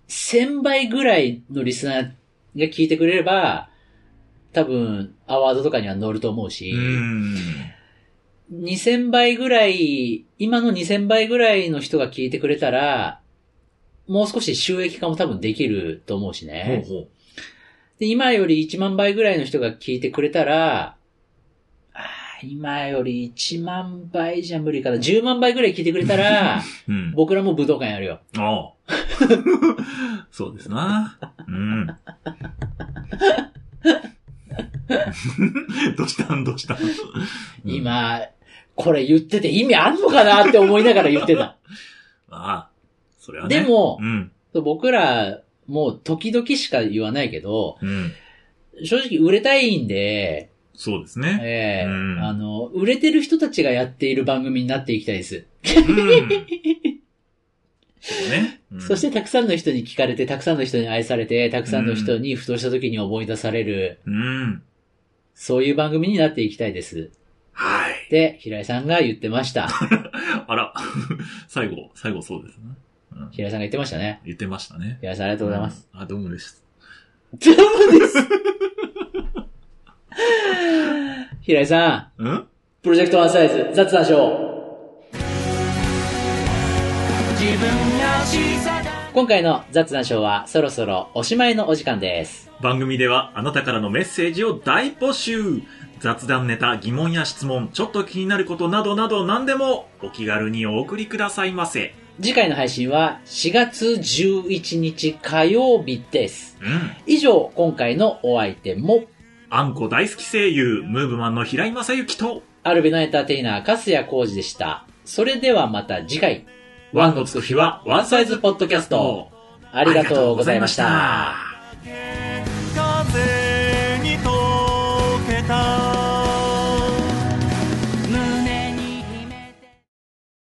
[SPEAKER 1] う、1000倍ぐらいのリスナーが聞いてくれれば、多分、アワードとかには乗ると思うし、
[SPEAKER 2] うん。
[SPEAKER 1] 2000倍ぐらい、今の2000倍ぐらいの人が聞いてくれたら、もう少し収益化も多分できると思うし
[SPEAKER 2] ほう
[SPEAKER 1] ね。
[SPEAKER 2] ほう。
[SPEAKER 1] で、今より1万倍ぐらいの人が聞いてくれたら、あー今より1万倍じゃ無理かな。10万倍ぐらい聞いてくれた
[SPEAKER 2] <laughs>
[SPEAKER 1] ら、
[SPEAKER 2] うん。
[SPEAKER 1] 僕らも武道館やるよ。
[SPEAKER 2] ああ。 <laughs> そうですな。うん。 <laughs> どうしたんどうしたん、うん。
[SPEAKER 1] 今、これ言ってて意味あんのかなって思いながら言って
[SPEAKER 2] <laughs>
[SPEAKER 1] た。
[SPEAKER 2] ああ。それはね。
[SPEAKER 1] で、も
[SPEAKER 2] う、ん。
[SPEAKER 1] 僕ら、もう時々しか言わないけど、
[SPEAKER 2] うん。
[SPEAKER 1] 正直売れたいんで、
[SPEAKER 2] そうですね。
[SPEAKER 1] ええ
[SPEAKER 2] うん
[SPEAKER 1] あの、売れてる人たちがやっている番組になっていきたいです。
[SPEAKER 2] うん。そうね。うん
[SPEAKER 1] そして、たくさんの人に聞かれて、たくさんの人に愛されて、たくさんの人にふとした時に思い出される、
[SPEAKER 2] うん。
[SPEAKER 1] そういう番組になっていきたいです。
[SPEAKER 2] はい。
[SPEAKER 1] で、平井さんが言ってました。
[SPEAKER 2] あら。 <laughs> 最後、最後そうですね。うん
[SPEAKER 1] 平井さんが言ってましたね。
[SPEAKER 2] 言ってましたね。
[SPEAKER 1] 平井さんありが
[SPEAKER 2] あ
[SPEAKER 1] とうございます。。
[SPEAKER 2] あ、どうもです。
[SPEAKER 1] どうもです。平井さん、
[SPEAKER 2] うん
[SPEAKER 1] プロジェクトワンサイズ、雑談ショー。今回の雑談ショーは、そろそろおしまいのお時間です。
[SPEAKER 2] 番組ではあなたからのメッセージを大募集雑談ネタ、疑問や質問、ちょっと気になることなどなど何でもお気軽にお送りくださいませ。
[SPEAKER 1] 次回の配信は4月11日火曜日です。
[SPEAKER 2] うん。
[SPEAKER 1] 以上、今回のお相手も、
[SPEAKER 2] あんこ大好き声優、ムーブマンの平井正幸と、
[SPEAKER 1] アルビのエンターテイナー、粕谷浩二でした。それではまた次回、
[SPEAKER 2] ワンのつく日はワンサイズポッドキャスト。
[SPEAKER 1] ありがとうございました。
[SPEAKER 2] ありがとうございました。